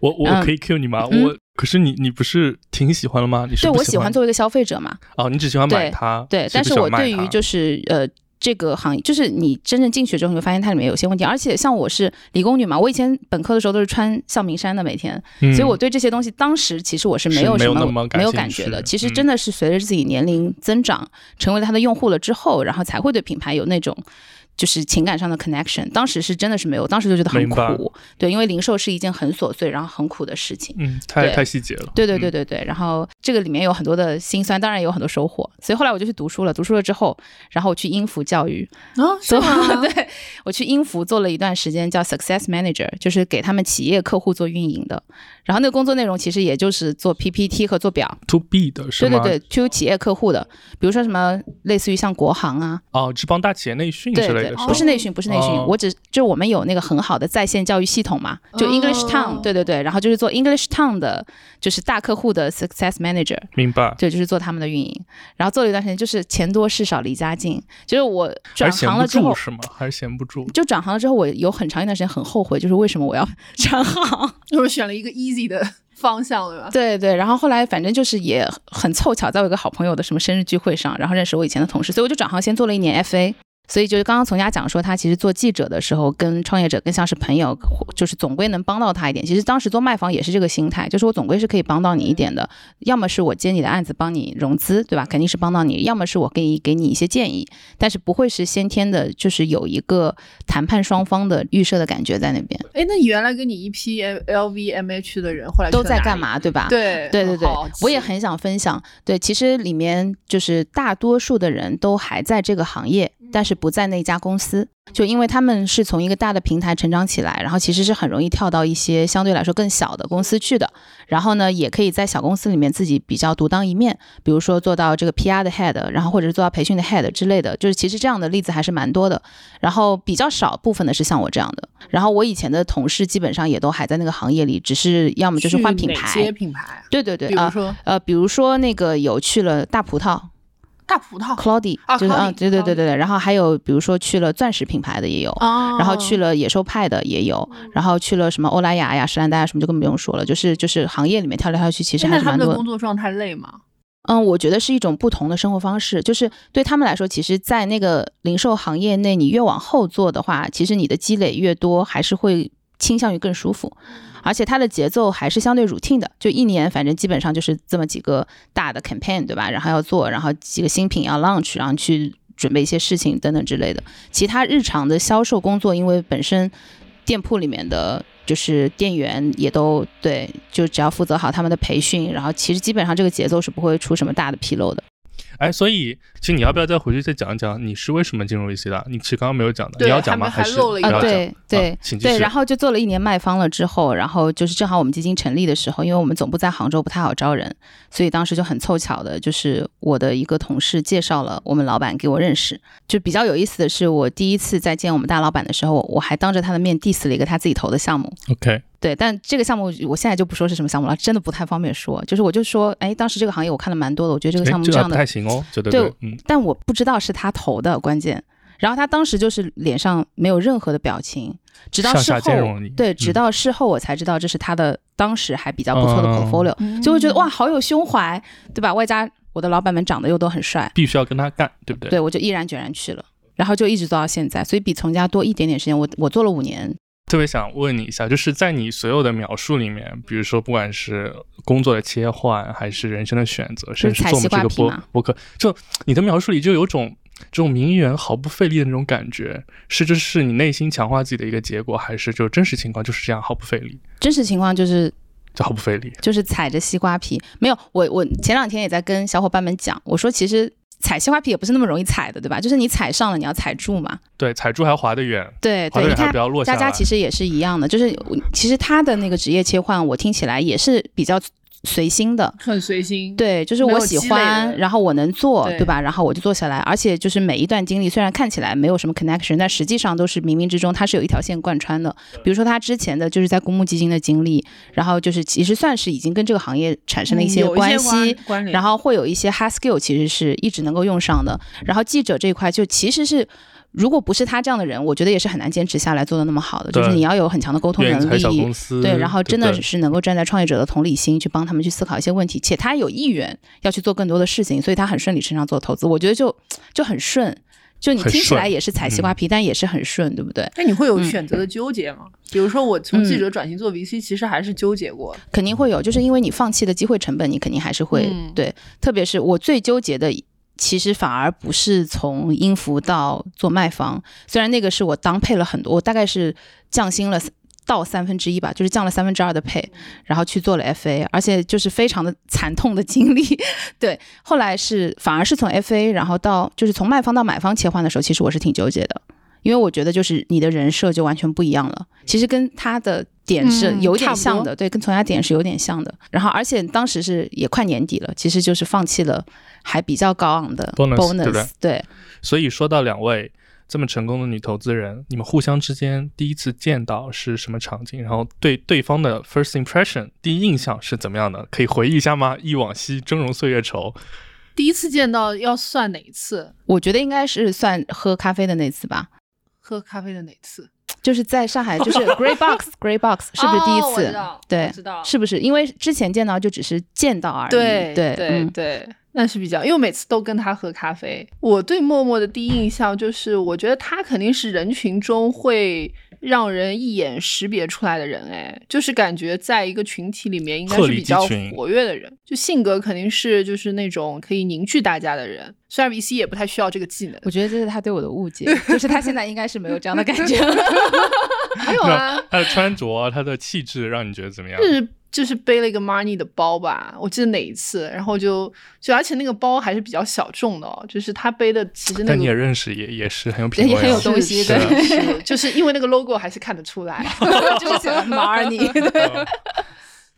Speaker 2: 我我
Speaker 1: 嗯
Speaker 2: 可以 Q 你吗？
Speaker 1: 嗯
Speaker 2: 我可是你你不是挺喜欢了吗？你是
Speaker 1: 对
Speaker 2: 不
Speaker 1: 我喜欢作为一个消费者嘛，
Speaker 2: 哦，你只喜欢买
Speaker 1: 对
Speaker 2: 它，
Speaker 1: 对，但
Speaker 2: 不
Speaker 1: 是
Speaker 2: 喜欢
Speaker 1: 我
Speaker 2: 卖
Speaker 1: 对于
Speaker 2: 它
Speaker 1: 就是呃。这个行业就是你真正进去之后，你会发现它里面有些问题，而且像我是理工女嘛，我以前本科的时候都是穿校名衫的，每天，
Speaker 2: 嗯
Speaker 1: 所以我对这些东西当时其实我是没
Speaker 2: 是
Speaker 1: 有
Speaker 2: 没
Speaker 1: 什
Speaker 2: 有
Speaker 1: 么
Speaker 2: 那么感
Speaker 1: 没有
Speaker 2: 兴
Speaker 1: 感觉
Speaker 2: 趣
Speaker 1: 的。其实
Speaker 2: 嗯
Speaker 1: 真的是随着自己年龄增长，成为了他的用户了之后，然后才会对品牌有那种就是情感上的 connection。当时是真的是没有，当时就觉得很
Speaker 2: 明白
Speaker 1: 苦，对，因为零售是一件很琐碎然后很苦的事情。
Speaker 2: 嗯，太
Speaker 1: 对
Speaker 2: 太细节了，
Speaker 1: 对对对
Speaker 2: 嗯，
Speaker 1: 对对，然后这个里面有很多的辛酸，当然也有很多收获。所以后来我就去读书了，读书了之后，然后我去英孚教育，
Speaker 3: 啊，
Speaker 1: 所以 对我去英孚做了一段时间叫 Success Manager，就是给他们企业客户做运营的。然后那个工作内容其实也就是做 PPT 和做表，
Speaker 2: to B 的是
Speaker 1: 对对
Speaker 2: 吗？
Speaker 1: 对，to 企业客户的，比如说什么类似于像国航啊，
Speaker 2: 哦，只帮大企业内训
Speaker 1: 对
Speaker 2: 之类
Speaker 1: 对
Speaker 2: 的，，
Speaker 1: 不是
Speaker 2: 吧
Speaker 1: 内训，不是内训，
Speaker 2: 哦
Speaker 1: 我只就我们有那个很好的在线教育系统嘛，就 English Town，、
Speaker 3: 哦
Speaker 1: 对对对，然后就是做 English Town 的，就是大客户的 Success Manager。
Speaker 2: 明白。
Speaker 1: 对，就是做他们的运营，然后做了一段时间，就是钱多事少离家近，就是我转
Speaker 2: 还是闲
Speaker 1: 行
Speaker 2: 不
Speaker 1: 了之
Speaker 2: 住
Speaker 1: 后。
Speaker 2: 是吗？还是闲不住？
Speaker 1: 就转行了之后，我有很长一段时间很后悔，就是为什么我要转行？
Speaker 3: 就是选了一个 easy 的方向，对吧？
Speaker 1: 对对，然后后来反正就是也很凑巧，在我一个好朋友的什么生日聚会上，然后认识我以前的同事，所以我就转行先做了一年 FA。所以就是刚刚从家讲说，他其实做记者的时候跟创业者更像是朋友，或就是总归能帮到他一点。其实当时做卖房也是这个心态，就是我总归是可以帮到你一点的，要么是我接你的案子帮你融资，对吧？肯定是帮到你；要么是我给你给你一些建议，但是不会是先天的，就是有一个谈判双方的预设的感觉在那边，
Speaker 3: 哎，那你原来跟你一批 L V M H 的人，后来去
Speaker 1: 都
Speaker 3: 了
Speaker 1: 在
Speaker 3: 哪
Speaker 1: 干
Speaker 3: 里？
Speaker 1: 嘛，对吧？
Speaker 3: 对
Speaker 1: 对对对
Speaker 3: 好奇，
Speaker 1: 我也很想分享。对，其实里面就是大多数的人都还在这个行业，但
Speaker 3: 嗯
Speaker 1: 是不在那家公司，就因为他们是从一个大的平台成长起来，然后其实是很容易跳到一些相对来说更小的公司去的。然后呢，也可以在小公司里面自己比较独当一面，比如说做到这个 PR 的 head，然后或者是做到培训的 head 之类的，就是其实这样的例子还是蛮多的。然后比较少部分的是像我这样的。然后我以前的同事基本上也都还在那个行业里，只是要么就是换
Speaker 3: 去
Speaker 1: 品
Speaker 3: 哪些
Speaker 1: 牌。
Speaker 3: 品牌？
Speaker 1: 对对对，
Speaker 3: 比
Speaker 1: 啊
Speaker 3: 如。说
Speaker 1: 呃，比如说那个有去了大葡萄
Speaker 3: 大葡萄
Speaker 1: Cloudy，
Speaker 3: 啊
Speaker 1: 就是嗯，
Speaker 3: Cloudy，
Speaker 1: 对对
Speaker 3: Cloudy
Speaker 1: 对对对，然后还有比如说去了钻石品牌的也有。
Speaker 3: 啊
Speaker 1: 然后去了野兽派的也有，
Speaker 3: 嗯
Speaker 1: 然后去了什么欧莱雅呀、施兰黛呀什么就更不用说了，就是就是行业里面跳来跳去，其实
Speaker 3: 哎
Speaker 1: 还
Speaker 3: 那
Speaker 1: 是
Speaker 3: 他
Speaker 1: 蛮
Speaker 3: 们
Speaker 1: 多
Speaker 3: 的
Speaker 1: 的
Speaker 3: 工。作状态累吗？
Speaker 1: 嗯，我觉得是一种不同的生活方式，就是对他们来说，其实，在那个零售行业内，你越往后做的话，其实你的积累越多，还是会倾向于更舒服，而且它的节奏还是相对 routine 的，就一年反正基本上就是这么几个大的 campaign，对吧？然后要做，然后几个新品要 launch，然后去准备一些事情等等之类的。其他日常的销售工作，因为本身店铺里面的就是店员也都对，就只要负责好他们的培训，然后其实基本上这个节奏是不会出什么大的纰漏的。
Speaker 2: 哎，所以其实你要不要再回去再讲一讲你是为什么进入 VC 的？你其实刚刚没有讲的，
Speaker 3: 对
Speaker 2: 你要讲吗？
Speaker 3: 还没
Speaker 2: 是
Speaker 3: 还漏了一
Speaker 2: 不
Speaker 3: 个
Speaker 2: 要
Speaker 1: 啊，
Speaker 2: 讲
Speaker 1: 对对、
Speaker 2: 啊请继
Speaker 1: 对，
Speaker 2: 续
Speaker 1: 然后就做了一年卖方了之后，然后就是正好我们基金成立的时候，因为我们总部在杭州不太好招人，所以当时就很凑巧的，就是我的一个同事介绍了我们老板给我认识。就比较有意思的是，我第一次在见我们大老板的时候，我还当着他的面 diss 了一个他自己投的项目。
Speaker 2: OK，
Speaker 1: 对，但这个项目我现在就不说是什么项目了，真的不太方便说。就是我就说，哎，当时这个行业我看了蛮多的，我觉得这
Speaker 2: 哎这
Speaker 1: 个项目这
Speaker 2: 个
Speaker 1: 样
Speaker 2: 不
Speaker 1: 的
Speaker 2: 太行哦，觉得
Speaker 1: 对
Speaker 2: 对，嗯，
Speaker 1: 但我不知道是他投的关键。然后他当时就是脸上没有任何的表情，直到
Speaker 2: 上
Speaker 1: 事
Speaker 2: 下
Speaker 1: 后
Speaker 2: 兼容你
Speaker 1: 对，直
Speaker 2: 嗯
Speaker 1: 到事后我才知道这是他的当时还比较不错的
Speaker 2: 哦
Speaker 1: portfolio，、
Speaker 3: 嗯
Speaker 1: 就会觉得哇，好有胸怀，对吧？外加我的老板们长得又都很帅，
Speaker 2: 必须要跟他干，对不对？
Speaker 1: 对我就毅然决然去了，然后就一直做到现在，所以比从家多一点点时间。我我做了五年，
Speaker 2: 特别想问你一下，就是在你所有的描述里面，比如说不管是工作的切换，还是人生的选择，甚至
Speaker 1: 采
Speaker 2: 做我们
Speaker 1: 西瓜
Speaker 2: 这个
Speaker 1: 皮
Speaker 2: 播
Speaker 1: 吗
Speaker 2: 播客，就你的描述里就有种这种名媛毫不费力的那种感觉，是这是你内心强化自己的一个结果，还是就真实情况就是这样毫不费力，
Speaker 1: 真实情况就是
Speaker 2: 就毫不费力？
Speaker 1: 就是踩着西瓜皮，没有我我前两天也在跟小伙伴们讲，我说其实踩西瓜皮也不是那么容易踩的，对吧？就是你踩上了，你要踩住嘛。
Speaker 2: 对，踩住还要滑得远，
Speaker 1: 对
Speaker 2: 滑
Speaker 1: 对，
Speaker 2: 得
Speaker 1: 你
Speaker 2: 远还
Speaker 1: 看
Speaker 2: 不要落下
Speaker 1: 佳
Speaker 2: 来。
Speaker 1: 佳其实也是一样的，就是我其实他的那个职业切换，我听起来也是比较随心的。
Speaker 3: 很随心。，
Speaker 1: 对，就是
Speaker 3: 没
Speaker 1: 我
Speaker 3: 有
Speaker 1: 喜
Speaker 3: 积累
Speaker 1: 欢，
Speaker 3: 的
Speaker 1: 然后我能做，
Speaker 3: 对
Speaker 1: 对吧？然后我就做下来，而且就是每一段经历虽然看起来没有什么 connection，但实际上都是冥冥之中它是有一条线贯穿的。比如说他之前的就是在公募基金的经历，然后就是其实算是已经跟这个行业产生了一些
Speaker 3: 嗯有
Speaker 1: 关
Speaker 3: 一
Speaker 1: 系，
Speaker 3: 些关联。
Speaker 1: 然后会有一些 hard skill 其实是一直能够用上的。然后记者这一块就其实是。如果不是他这样的人，我觉得也是很难坚持下来做的那么好的。就是
Speaker 2: 对
Speaker 1: 你要有很强的沟通
Speaker 2: 远
Speaker 1: 能
Speaker 2: 踩小
Speaker 1: 力
Speaker 2: 公，司，
Speaker 1: 对，然后真
Speaker 2: 不
Speaker 1: 的
Speaker 2: 对
Speaker 1: 是能够站在创业者的同理心去帮他们去思考一些问题，且他有意愿要去做更多的事情，所以他很顺理成章做投资。我觉得就就很顺，就你
Speaker 2: 很
Speaker 1: 听起
Speaker 2: 顺嗯
Speaker 1: 来也是踩西瓜皮，但也是很顺，对不对？
Speaker 3: 那你会有
Speaker 1: 嗯
Speaker 3: 选择的纠结吗？比如说，我从记
Speaker 1: 嗯
Speaker 3: 者转型做 VC，其实还是纠结过的。
Speaker 1: 肯定会有，就是因为你放弃的机会成本，你肯定还是会、
Speaker 3: 嗯
Speaker 1: 对。特别是我最纠结的，其实反而不是从音符到做卖房，虽然那个是我当配了很多，我大概是降薪了。到三分之一吧，就是降了三分之二的配，然后去做了 FA，而且就是非常的惨痛的经历。 对，后来是反而是从 FA，然后到就是从卖方到买方切换的时候，其实我是挺纠结的，因为我觉得就是你的人设就完全不一样了，其实跟他的点是
Speaker 3: 嗯
Speaker 1: 有
Speaker 3: 差
Speaker 1: 点
Speaker 3: 不
Speaker 1: 像
Speaker 3: 多
Speaker 1: 的，对，跟从家点是有点像的。然后而且当时是也快年底了，其实就是放弃了还比较高昂的
Speaker 2: Bonus，对不对
Speaker 1: 对，
Speaker 2: 所以说到两位这么成功的女投资人，你们互相之间第一次见到是什么场景？然后对对方的 first impression 第一印象是怎么样的？可以回忆一下吗？忆往昔，峥嵘岁月 稠。
Speaker 3: 第一次见到要算哪一次？
Speaker 1: 我觉得应该是算喝咖啡的那次吧，
Speaker 3: 喝咖啡的哪次？
Speaker 1: 就是在上海，就是 Grey Box Grey Box 是不是第一
Speaker 3: 哦我
Speaker 1: 次？
Speaker 3: 知道
Speaker 1: 对
Speaker 3: 我知道
Speaker 1: 是不是？因为之前见到就只是见到而已，
Speaker 3: 对
Speaker 1: 对
Speaker 3: 对、
Speaker 1: 嗯
Speaker 3: 对，那是比较，因为每次都跟他喝咖啡。我对默默的第一印象就是，我觉得他肯定是人群中会让人一眼识别出来的人，哎，就是感觉在一个群体里面应该
Speaker 2: 鹤
Speaker 3: 是
Speaker 2: 立
Speaker 3: 比
Speaker 2: 鸡
Speaker 3: 较
Speaker 2: 群
Speaker 3: 活跃的人，就性格肯定是就是那种可以凝聚大家的人。虽然 VC 也不太需要这个技能，
Speaker 1: 我觉得这是他对我的误 解，就是他现在应该是没有这样的感觉了。
Speaker 3: 没有啊，
Speaker 2: 她的穿着，她的气质，让你觉得怎么样
Speaker 3: 就？是就是背了一个 Marni 的包吧，我记得哪一次，然后就就而且那个包还是比较小众的哦，就是他背的其实那
Speaker 2: 但你也
Speaker 3: 个。
Speaker 2: 认识，也也是很有品味啊，
Speaker 1: 也很有东西
Speaker 3: 是
Speaker 2: 对
Speaker 3: 是是 就是因为那个 logo 还是看得出来，
Speaker 1: 就是喜欢马尔尼，对
Speaker 2: 嗯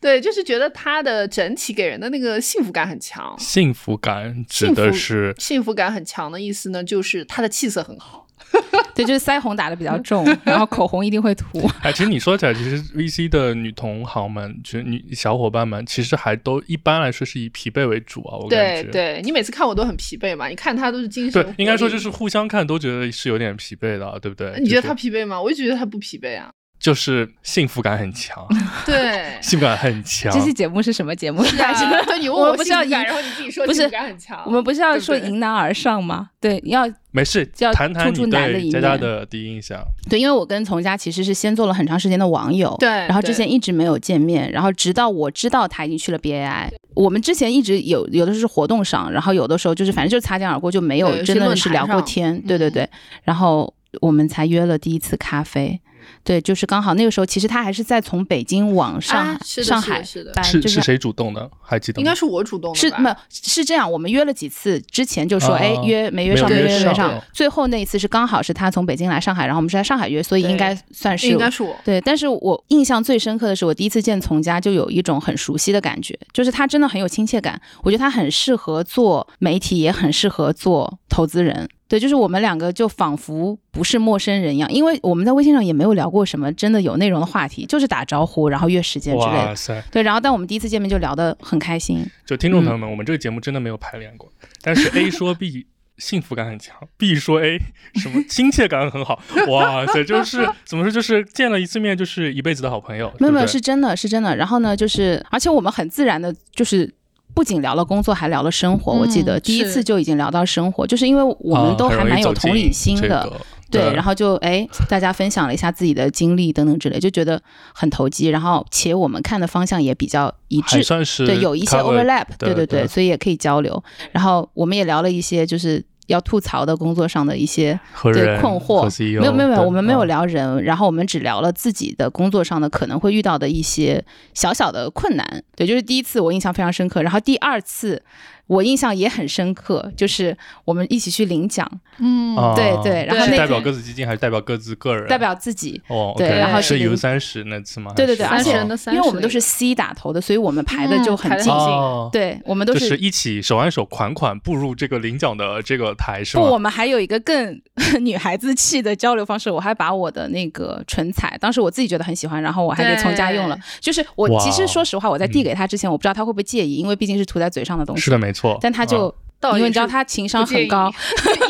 Speaker 3: 对，就是觉得它的整体给人的那个幸福感很强。
Speaker 2: 幸福感指的是
Speaker 3: 幸福感很强的意思呢，就是它的气色很好。
Speaker 1: 对，就是腮红打的比较 重，然后口红一定会涂。
Speaker 2: 哎，其实你说起来，其实 VC 的女同行们，其实女小伙伴们，其实还都一般来说是以疲惫为主啊。我感
Speaker 3: 对
Speaker 2: 觉，
Speaker 3: 对，你每次看我都很疲惫嘛，你看他都是精神。
Speaker 2: 对，应该说就是。互相看都觉得是有点疲惫的啊，对不对？
Speaker 3: 你觉得
Speaker 2: 就是
Speaker 3: 他疲惫吗？我就觉得他不疲惫啊。
Speaker 2: 就是幸福感很 强，
Speaker 3: 对，
Speaker 2: 幸福感很强
Speaker 1: 这。期节目是什么节目？
Speaker 3: 是啊，对你问
Speaker 1: 我们不是
Speaker 3: 幸
Speaker 1: 要
Speaker 3: 福感，
Speaker 1: 迎
Speaker 3: 然后你自己说
Speaker 1: 不是
Speaker 3: 幸福感很强。
Speaker 1: 我们不是要
Speaker 3: 啊对不
Speaker 1: 说
Speaker 3: 对
Speaker 1: 迎难而上吗？对，要
Speaker 2: 没事，
Speaker 1: 要
Speaker 2: 谈谈
Speaker 1: 突出
Speaker 2: 你
Speaker 1: 男的
Speaker 2: 对
Speaker 1: 一
Speaker 2: 佳佳
Speaker 1: 面
Speaker 2: 的第一印象。
Speaker 1: 对，因为我跟从家其实是先做了很长时间的网友，
Speaker 3: 对
Speaker 1: 然后之
Speaker 3: 对
Speaker 1: 前一直没有见面，然后直到我知道他已经去了 BAI，我们之前一直有有的是活动上，然后有的时候就是反正就是擦肩而过，就没有
Speaker 3: 对
Speaker 1: 真
Speaker 3: 是
Speaker 1: 的
Speaker 3: 论
Speaker 1: 是
Speaker 3: 坛
Speaker 1: 聊过
Speaker 3: 上
Speaker 1: 天，对对
Speaker 3: 嗯
Speaker 1: 对，然后我们才约了第一次咖啡。
Speaker 3: 嗯
Speaker 1: 对，就是刚好那个时候，其实他还是在从北京往上海、
Speaker 3: 啊是的
Speaker 1: 上
Speaker 3: 是的
Speaker 1: 海
Speaker 3: 是的
Speaker 1: 搬，
Speaker 2: 是
Speaker 1: 就是
Speaker 2: 谁主动的？还记得吗？
Speaker 3: 应该是我主动的
Speaker 1: 是
Speaker 3: 吧？
Speaker 1: 没有是这样，我们约了几次之前就说，
Speaker 2: 啊
Speaker 1: 哎、约没约
Speaker 2: 没
Speaker 1: 上，
Speaker 2: 有
Speaker 1: 没
Speaker 2: 约
Speaker 1: 约
Speaker 2: 上
Speaker 1: 上。最后那一次是刚好是他从北京来上海，然后我们是在上海约，所以
Speaker 3: 对
Speaker 1: 应该算是
Speaker 3: 应该是我。
Speaker 1: 对。但是我印象最深刻的是，我第一次见从家就有一种很熟悉的感觉，就是他真的很有亲切感。我觉得他很适合做媒体，也很适合做投资人。对，就是我们两个就仿佛不是陌生人一样，因为我们在微信上也没有聊过什么真的有内容的话题，就是打招呼，然后约时间之类
Speaker 2: 哇
Speaker 1: 的。
Speaker 2: 塞！
Speaker 1: 对，然后但我们第一次见面就聊得很开心，
Speaker 2: 就听众朋友
Speaker 1: 嗯
Speaker 2: 们，我们这个节目真的没有排练过，但是 A 说 B 幸福感很强，B 说 A 什么亲切感 很好，哇塞，就是怎么说，就是见了一次面就是一辈子的好朋友，
Speaker 1: 没有没有，
Speaker 2: 对不对
Speaker 1: 是真的是真的。然后呢，就是而且我们很自然的，就是不仅聊了工作，还聊了生活。我记得
Speaker 3: 嗯
Speaker 1: 第一
Speaker 3: 是
Speaker 1: 次就已经聊到生活，就是因为我
Speaker 2: 啊
Speaker 1: 们都
Speaker 2: 很
Speaker 1: 还
Speaker 2: 容易
Speaker 1: 蛮有
Speaker 2: 走
Speaker 1: 同理
Speaker 2: 进
Speaker 1: 心
Speaker 2: 这
Speaker 1: 的，
Speaker 2: 个
Speaker 1: 对，
Speaker 2: 对
Speaker 1: 然后就哎，大家分享了一下自己的经历等等之类，就觉得很投机，然后且我们看的方向也比较一致
Speaker 2: 还，算是
Speaker 1: 对，有一些
Speaker 2: cover
Speaker 1: overlap，对
Speaker 2: 对
Speaker 1: 对，所以也可以交流。然后我们也聊了一些就是要吐槽的工作上的一些
Speaker 2: 和
Speaker 1: 对
Speaker 2: 人
Speaker 1: 困
Speaker 2: 和
Speaker 1: 惑，
Speaker 2: CEO
Speaker 1: 没有没有没有，
Speaker 2: 对
Speaker 1: 我们没有
Speaker 2: 啊
Speaker 1: 聊人，然后我们只聊了自己的工作上的可能会遇到的一些小小的困难。对，就是第一次我印象非常深刻，然后第二次我印象也很深刻，就是我们一起去领奖，
Speaker 3: 嗯
Speaker 2: 啊
Speaker 1: 对对然后
Speaker 2: 是
Speaker 3: 那
Speaker 2: 代表
Speaker 3: 天
Speaker 2: 各自基金还是代表各自个人？
Speaker 1: 代表自己。
Speaker 2: 哦，
Speaker 1: 对
Speaker 2: OK，
Speaker 3: 然后
Speaker 2: 是
Speaker 1: 是
Speaker 2: U
Speaker 1: 零
Speaker 2: 三十那次吗？
Speaker 1: 对对对，
Speaker 2: 还
Speaker 1: 而
Speaker 2: 是
Speaker 1: 且
Speaker 3: 30人的
Speaker 1: 因为我们都是
Speaker 3: 30
Speaker 1: C 打头的，所以我们排的
Speaker 3: 嗯
Speaker 1: 就
Speaker 3: 排
Speaker 1: 很
Speaker 3: 得
Speaker 1: 近。
Speaker 3: 很近
Speaker 2: 哦，
Speaker 1: 对，我们都
Speaker 2: 就是是一起手挽手款款步入这个领奖的这个台是
Speaker 1: 不，
Speaker 2: 吗？
Speaker 1: 我们还有一个更 女孩子气的交流方式，我还把我的那个唇彩，当时我自己觉得很喜欢，然后我还给从家用了
Speaker 3: 对。
Speaker 1: 就是我
Speaker 2: 哇哦
Speaker 1: 其实说实话，我在递
Speaker 2: 嗯
Speaker 1: 给她之前，我不知道她会不会介意，因为毕竟是涂在嘴上的东西。
Speaker 2: 是的，没错。
Speaker 1: 但她
Speaker 2: 啊
Speaker 1: 就，
Speaker 3: 倒
Speaker 1: 因
Speaker 3: 也
Speaker 1: 为你知道
Speaker 3: 是
Speaker 1: 她情商
Speaker 3: 不介
Speaker 1: 很
Speaker 3: 意
Speaker 1: 高，，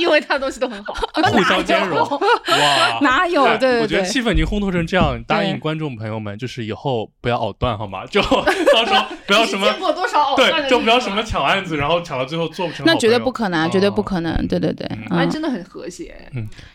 Speaker 3: 因为他的东西都很好。
Speaker 2: 嗯互相兼容，哇！
Speaker 1: 哪有？
Speaker 2: 哎
Speaker 1: 对
Speaker 2: 我
Speaker 1: 对
Speaker 2: 觉得
Speaker 1: 对。
Speaker 2: 气氛已经烘托成这样，答应观众朋友们，就是以后不要藕断，好吗？就 到时候不要什么
Speaker 3: 你见，过多少偶像的啊
Speaker 2: 对，就
Speaker 3: 例
Speaker 2: 不要
Speaker 3: 子
Speaker 2: 什
Speaker 3: 吗
Speaker 2: 么抢案子，然后抢到最后做不成好朋友。嗯
Speaker 1: 那绝对不可能
Speaker 2: 哦
Speaker 1: 啊，绝对不可能！对对对，
Speaker 3: 哎，
Speaker 1: 嗯，
Speaker 3: 真的很和谐。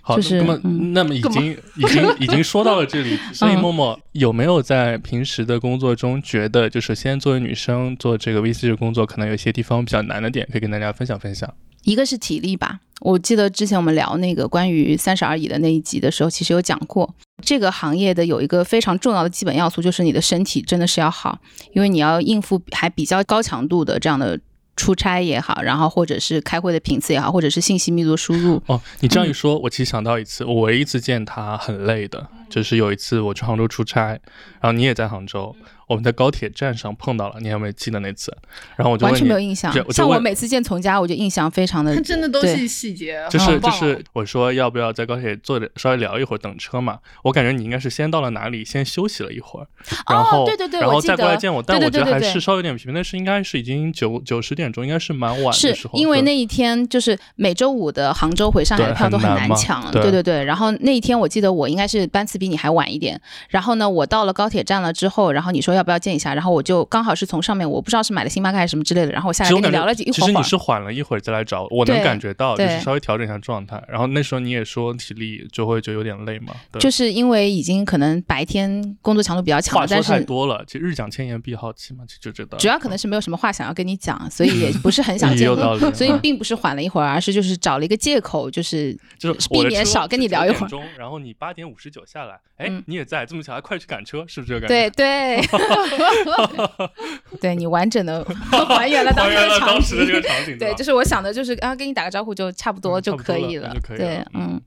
Speaker 2: 好，
Speaker 1: 就是
Speaker 2: 那么、
Speaker 1: 嗯
Speaker 2: 那么已经已经已经说到了 这里，所以
Speaker 1: 嗯
Speaker 2: 默默有没有在平时的工作中觉得，就是先作为女生做这个 VC 的工作，可能有些地方比较难的点，可以跟大家分享分享？
Speaker 1: 一个是体力吧。我记得之前我们聊那个关于三十而已的那一集的时候，其实有讲过，这个行业的有一个非常重要的基本要素，就是你的身体真的是要好，因为你要应付还比较高强度的这样的出差也好，然后或者是开会的频次也好，或者是信息密度输入，
Speaker 2: 哦，你这样一
Speaker 1: 嗯
Speaker 2: 说，我其实想到一次，我唯一一次见他很累的，就是有一次我去杭州出差，然后你也在杭州，我们在高铁站上碰到了，你还有没有记得那次？然后我就
Speaker 1: 完
Speaker 2: 问
Speaker 1: 全
Speaker 2: 你
Speaker 1: 没有，印象
Speaker 2: 这我。就
Speaker 1: 像我
Speaker 2: 问
Speaker 1: 每次见从家，我就印象非常 的
Speaker 3: 他真的都
Speaker 1: 对
Speaker 3: 是细节，
Speaker 2: 就是
Speaker 3: 好
Speaker 2: 就
Speaker 3: 棒哦
Speaker 2: 是，我说要不要在高铁坐着稍微聊一会儿，等车嘛？我感觉你应该是先到了哪里，先休息了一会儿，然后、
Speaker 1: 哦对对对
Speaker 2: 然
Speaker 1: 我
Speaker 2: 后
Speaker 1: 记
Speaker 2: 再过来
Speaker 1: 得
Speaker 2: 见我。
Speaker 1: 对
Speaker 2: 但
Speaker 1: 对
Speaker 2: 我觉
Speaker 1: 对
Speaker 2: 得还
Speaker 1: 对对
Speaker 2: 是稍微有点疲惫，但是应该是已经九九十点钟，应该是蛮晚的
Speaker 1: 是
Speaker 2: 时候。
Speaker 1: 因为
Speaker 2: 对
Speaker 1: 那一天就是每周五的杭州回上海的
Speaker 2: 对
Speaker 1: 票都
Speaker 2: 很
Speaker 1: 很
Speaker 2: 难
Speaker 1: 难
Speaker 2: 嘛
Speaker 1: 抢，
Speaker 2: 对
Speaker 1: 对对对。然后那一天我记得我应该是班次比你还晚一点，然后呢，我到了高铁站了之后，然后你说要不要见一下，然后我就刚好是从上面我不知道是买了星巴克还是什么之类的，然后我下
Speaker 2: 其
Speaker 1: 来
Speaker 2: 实我
Speaker 1: 跟你
Speaker 2: 感
Speaker 1: 聊了
Speaker 2: 觉，
Speaker 1: 几一
Speaker 2: 其
Speaker 1: 会
Speaker 2: 实你
Speaker 1: 儿。
Speaker 2: 是缓了一会儿再来找我，我能
Speaker 1: 对
Speaker 2: 感觉到，就是
Speaker 1: 对
Speaker 2: 稍微调整一下状态。然后那时候你也说体力就会就有点累嘛，对。
Speaker 1: 就是因为已经可能白天工作强度比较强
Speaker 2: 话
Speaker 1: 了，
Speaker 2: 说
Speaker 1: 但
Speaker 2: 太
Speaker 1: 是
Speaker 2: 多了，其实日讲千言必好奇嘛，其实就知道。
Speaker 1: 主要可能是没有什么话想要跟你讲，所以也不是很想
Speaker 2: 也
Speaker 1: 见
Speaker 2: 有
Speaker 1: 你。
Speaker 2: 道理，
Speaker 1: 所以
Speaker 2: 嗯
Speaker 1: 并不是缓了一会儿，而是就是找了一个借口，就是
Speaker 2: 就是
Speaker 1: 避
Speaker 2: 我的
Speaker 1: 免
Speaker 2: 车
Speaker 1: 少跟你
Speaker 2: 是
Speaker 1: 聊一
Speaker 2: 9
Speaker 1: 会儿
Speaker 2: 点钟然后你八点五十九下来，哎
Speaker 1: 嗯，
Speaker 2: 你也在，这么巧，还快去赶车，是不是这个感
Speaker 1: 对
Speaker 2: 觉？
Speaker 1: 对， 对你完整的还原了当
Speaker 2: 还
Speaker 1: 时
Speaker 2: 原
Speaker 1: 的
Speaker 2: 了
Speaker 1: 场
Speaker 2: 当时的这
Speaker 1: 景
Speaker 2: 个。场景，
Speaker 1: 对，
Speaker 2: 吧
Speaker 1: 就是我想的，就是啊，跟你打个招呼就差不多
Speaker 2: 嗯差
Speaker 1: 就
Speaker 2: 不多
Speaker 1: 可以
Speaker 2: 了，
Speaker 1: 了
Speaker 2: 那就可以。
Speaker 1: 对
Speaker 2: 了，，
Speaker 1: 嗯，，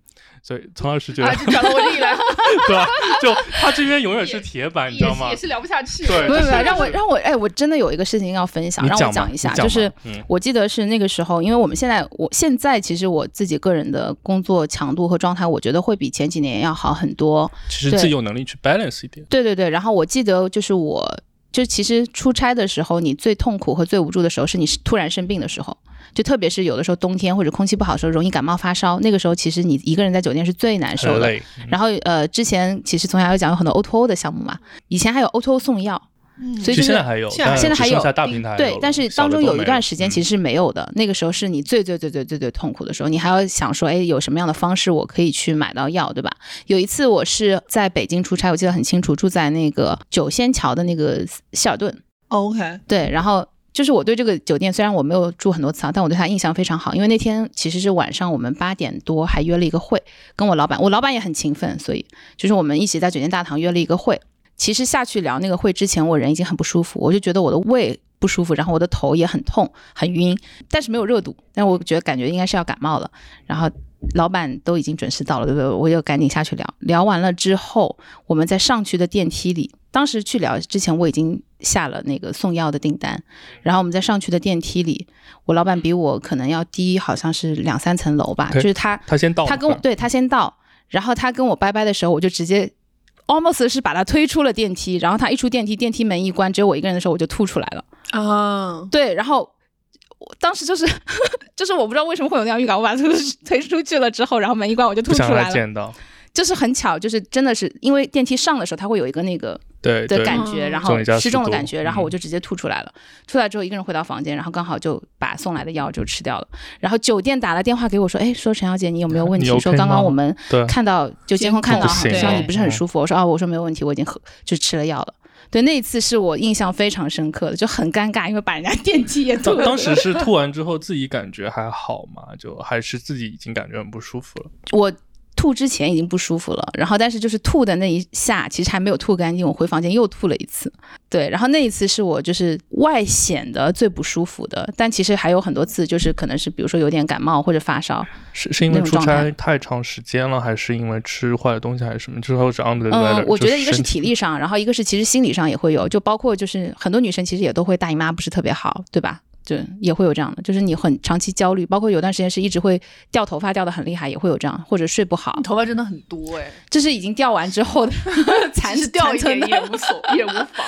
Speaker 2: 所以从老师觉得
Speaker 3: 啊，，就找到我这里来，
Speaker 2: 对吧？就他这边永远是铁板， 你知
Speaker 3: 也
Speaker 2: 道
Speaker 3: 是
Speaker 2: 吗
Speaker 3: 也？是聊不下去。
Speaker 2: 对
Speaker 1: 没有没有，
Speaker 2: 就是
Speaker 1: 让我让我哎，我真的有一个事情要分享，
Speaker 2: 你
Speaker 1: 让我
Speaker 2: 讲吧
Speaker 1: 讲一下，
Speaker 2: 你讲
Speaker 1: 就是
Speaker 2: 吧嗯
Speaker 1: 我记得是那个时候，因为我们现在我现在其实我自己个人的工作强度和状态，我觉得会比前几年要好很多。
Speaker 2: 其实
Speaker 1: 对
Speaker 2: 自己有能力去 balance 一点，
Speaker 1: 对对对，然后我记得就是我，就其实出差的时候，你最痛苦和最无助的时候是你突然生病的时候，就特别是有的时候冬天或者空气不好的时候，容易感冒发烧，那个时候其实你一个人在酒店是最难受
Speaker 2: 很
Speaker 1: 的。
Speaker 2: 累。
Speaker 1: 然后呃，之前其实从小有讲有很多 O to O 的项目嘛，以前还有 O to O 送药，所
Speaker 2: 其
Speaker 3: 嗯
Speaker 1: 以就
Speaker 2: 实现在
Speaker 1: 是。
Speaker 2: 还有，
Speaker 3: 现在
Speaker 2: 但
Speaker 1: 现在
Speaker 2: 只
Speaker 1: 还
Speaker 2: 剩
Speaker 1: 有
Speaker 2: 下大平台有
Speaker 1: 对
Speaker 2: 了，
Speaker 1: 但是
Speaker 2: 小
Speaker 1: 当
Speaker 2: 的
Speaker 1: 中
Speaker 2: 都
Speaker 1: 有
Speaker 2: 没
Speaker 1: 一段
Speaker 2: 了
Speaker 1: 时间
Speaker 2: 嗯
Speaker 1: 其实是没有的，那个时候是你最最最最最最痛苦的时候，你还要想说，哎，有什么样的方式我可以去买到药，对吧？有一次我是在北京出差，我记得很清楚，住在那个九仙桥的那个希尔顿，
Speaker 3: ，OK，
Speaker 1: 对，然后就是我对这个酒店，虽然我没有住很多次啊，但我对它印象非常好，因为那天其实是晚上我们八点多还约了一个会，跟我老板，我老板也很勤奋，所以就是我们一起在酒店大堂约了一个会。其实下去聊那个会之前，我人已经很不舒服，我就觉得我的胃不舒服，然后我的头也很痛，很晕，但是没有热度，但我觉得感觉应该是要感冒了。然后老板都已经准时到了，对不对？我就赶紧下去聊。聊完了之后，我们在上去的电梯里，当时去聊之前我已经下了那个送药的订单，然后我们在上去的电梯里，我老板比我可能要低，好像是两三层楼吧，
Speaker 2: 对
Speaker 1: 就是他
Speaker 2: 他先到了，
Speaker 1: 他跟我
Speaker 2: 对
Speaker 1: 对他先到，然后他跟我拜拜的时候，我就直接 almost 是把他推出了电梯，然后他一出电梯，电梯门一关，只有我一个人的时候，我就吐出来了。
Speaker 3: 啊，
Speaker 1: 对，然后我当时就是 就是我不知道为什么会有那样预感，我把他推推出去了之后，然后门一关，我就
Speaker 2: 不
Speaker 1: 吐出
Speaker 2: 想让
Speaker 1: 来
Speaker 2: 他
Speaker 1: 了。
Speaker 2: 见到，
Speaker 1: 就是很巧，就是真的是因为电梯上的时候，它会有一个那个
Speaker 2: 对
Speaker 1: 的
Speaker 2: 对，
Speaker 1: 感觉，
Speaker 3: 嗯
Speaker 1: 然
Speaker 2: 重
Speaker 1: 后
Speaker 2: 力加速
Speaker 1: 失重的
Speaker 2: 度
Speaker 1: 感觉，然后
Speaker 2: 嗯
Speaker 1: 我就直接吐出来了。出来之后，一个人回到房间，然后刚好就把送来的药就吃掉了。然后酒店打了电话给我说：“哎，说陈小姐，你有没有问
Speaker 2: 你
Speaker 1: 题？
Speaker 2: OK
Speaker 1: 说刚
Speaker 2: 吗
Speaker 1: 刚我们
Speaker 2: 对
Speaker 1: 看到就监控看到，
Speaker 2: 嗯不行
Speaker 1: 说你不是很
Speaker 2: 嗯
Speaker 1: 舒服。”我说：“啊，我说没有问题，我已经喝就吃了药了。”对，那一次是我印象非常深刻的，就很尴尬，因为把人家电梯也吐
Speaker 2: 当
Speaker 1: 了。
Speaker 2: 当时是吐完之后自己感觉还好嘛，就还是自己已经感觉很不舒服了。
Speaker 1: 我吐之前已经不舒服了，然后但是就是吐的那一下，其实还没有吐干净，我回房间又吐了一次。对，然后那一次是我就是外显的最不舒服的，但其实还有很多次，就是可能是比如说有点感冒或者发烧，
Speaker 2: 是是因为
Speaker 1: 那种
Speaker 2: 出
Speaker 1: 状
Speaker 2: 差
Speaker 1: 态
Speaker 2: 太长时间了，还是因为吃坏的东西，还是什么？就是会是 under the
Speaker 1: 嗯
Speaker 2: weather，、，
Speaker 1: 我觉得一个是
Speaker 2: 身
Speaker 1: 体力上，然后一个是其实心理上也会有，就包括就是很多女生其实也都会大姨妈不是特别好，对吧？就也会有这样的，就是你很长期焦虑，包括有段时间是一直会掉头发掉的很厉害，也会有这样，或者睡不好
Speaker 3: 你，头发真的很多哎，
Speaker 1: 这是已经掉完之后 的残
Speaker 3: 其实掉一
Speaker 1: 残存
Speaker 3: 点
Speaker 1: 的
Speaker 3: 也无所也无妨，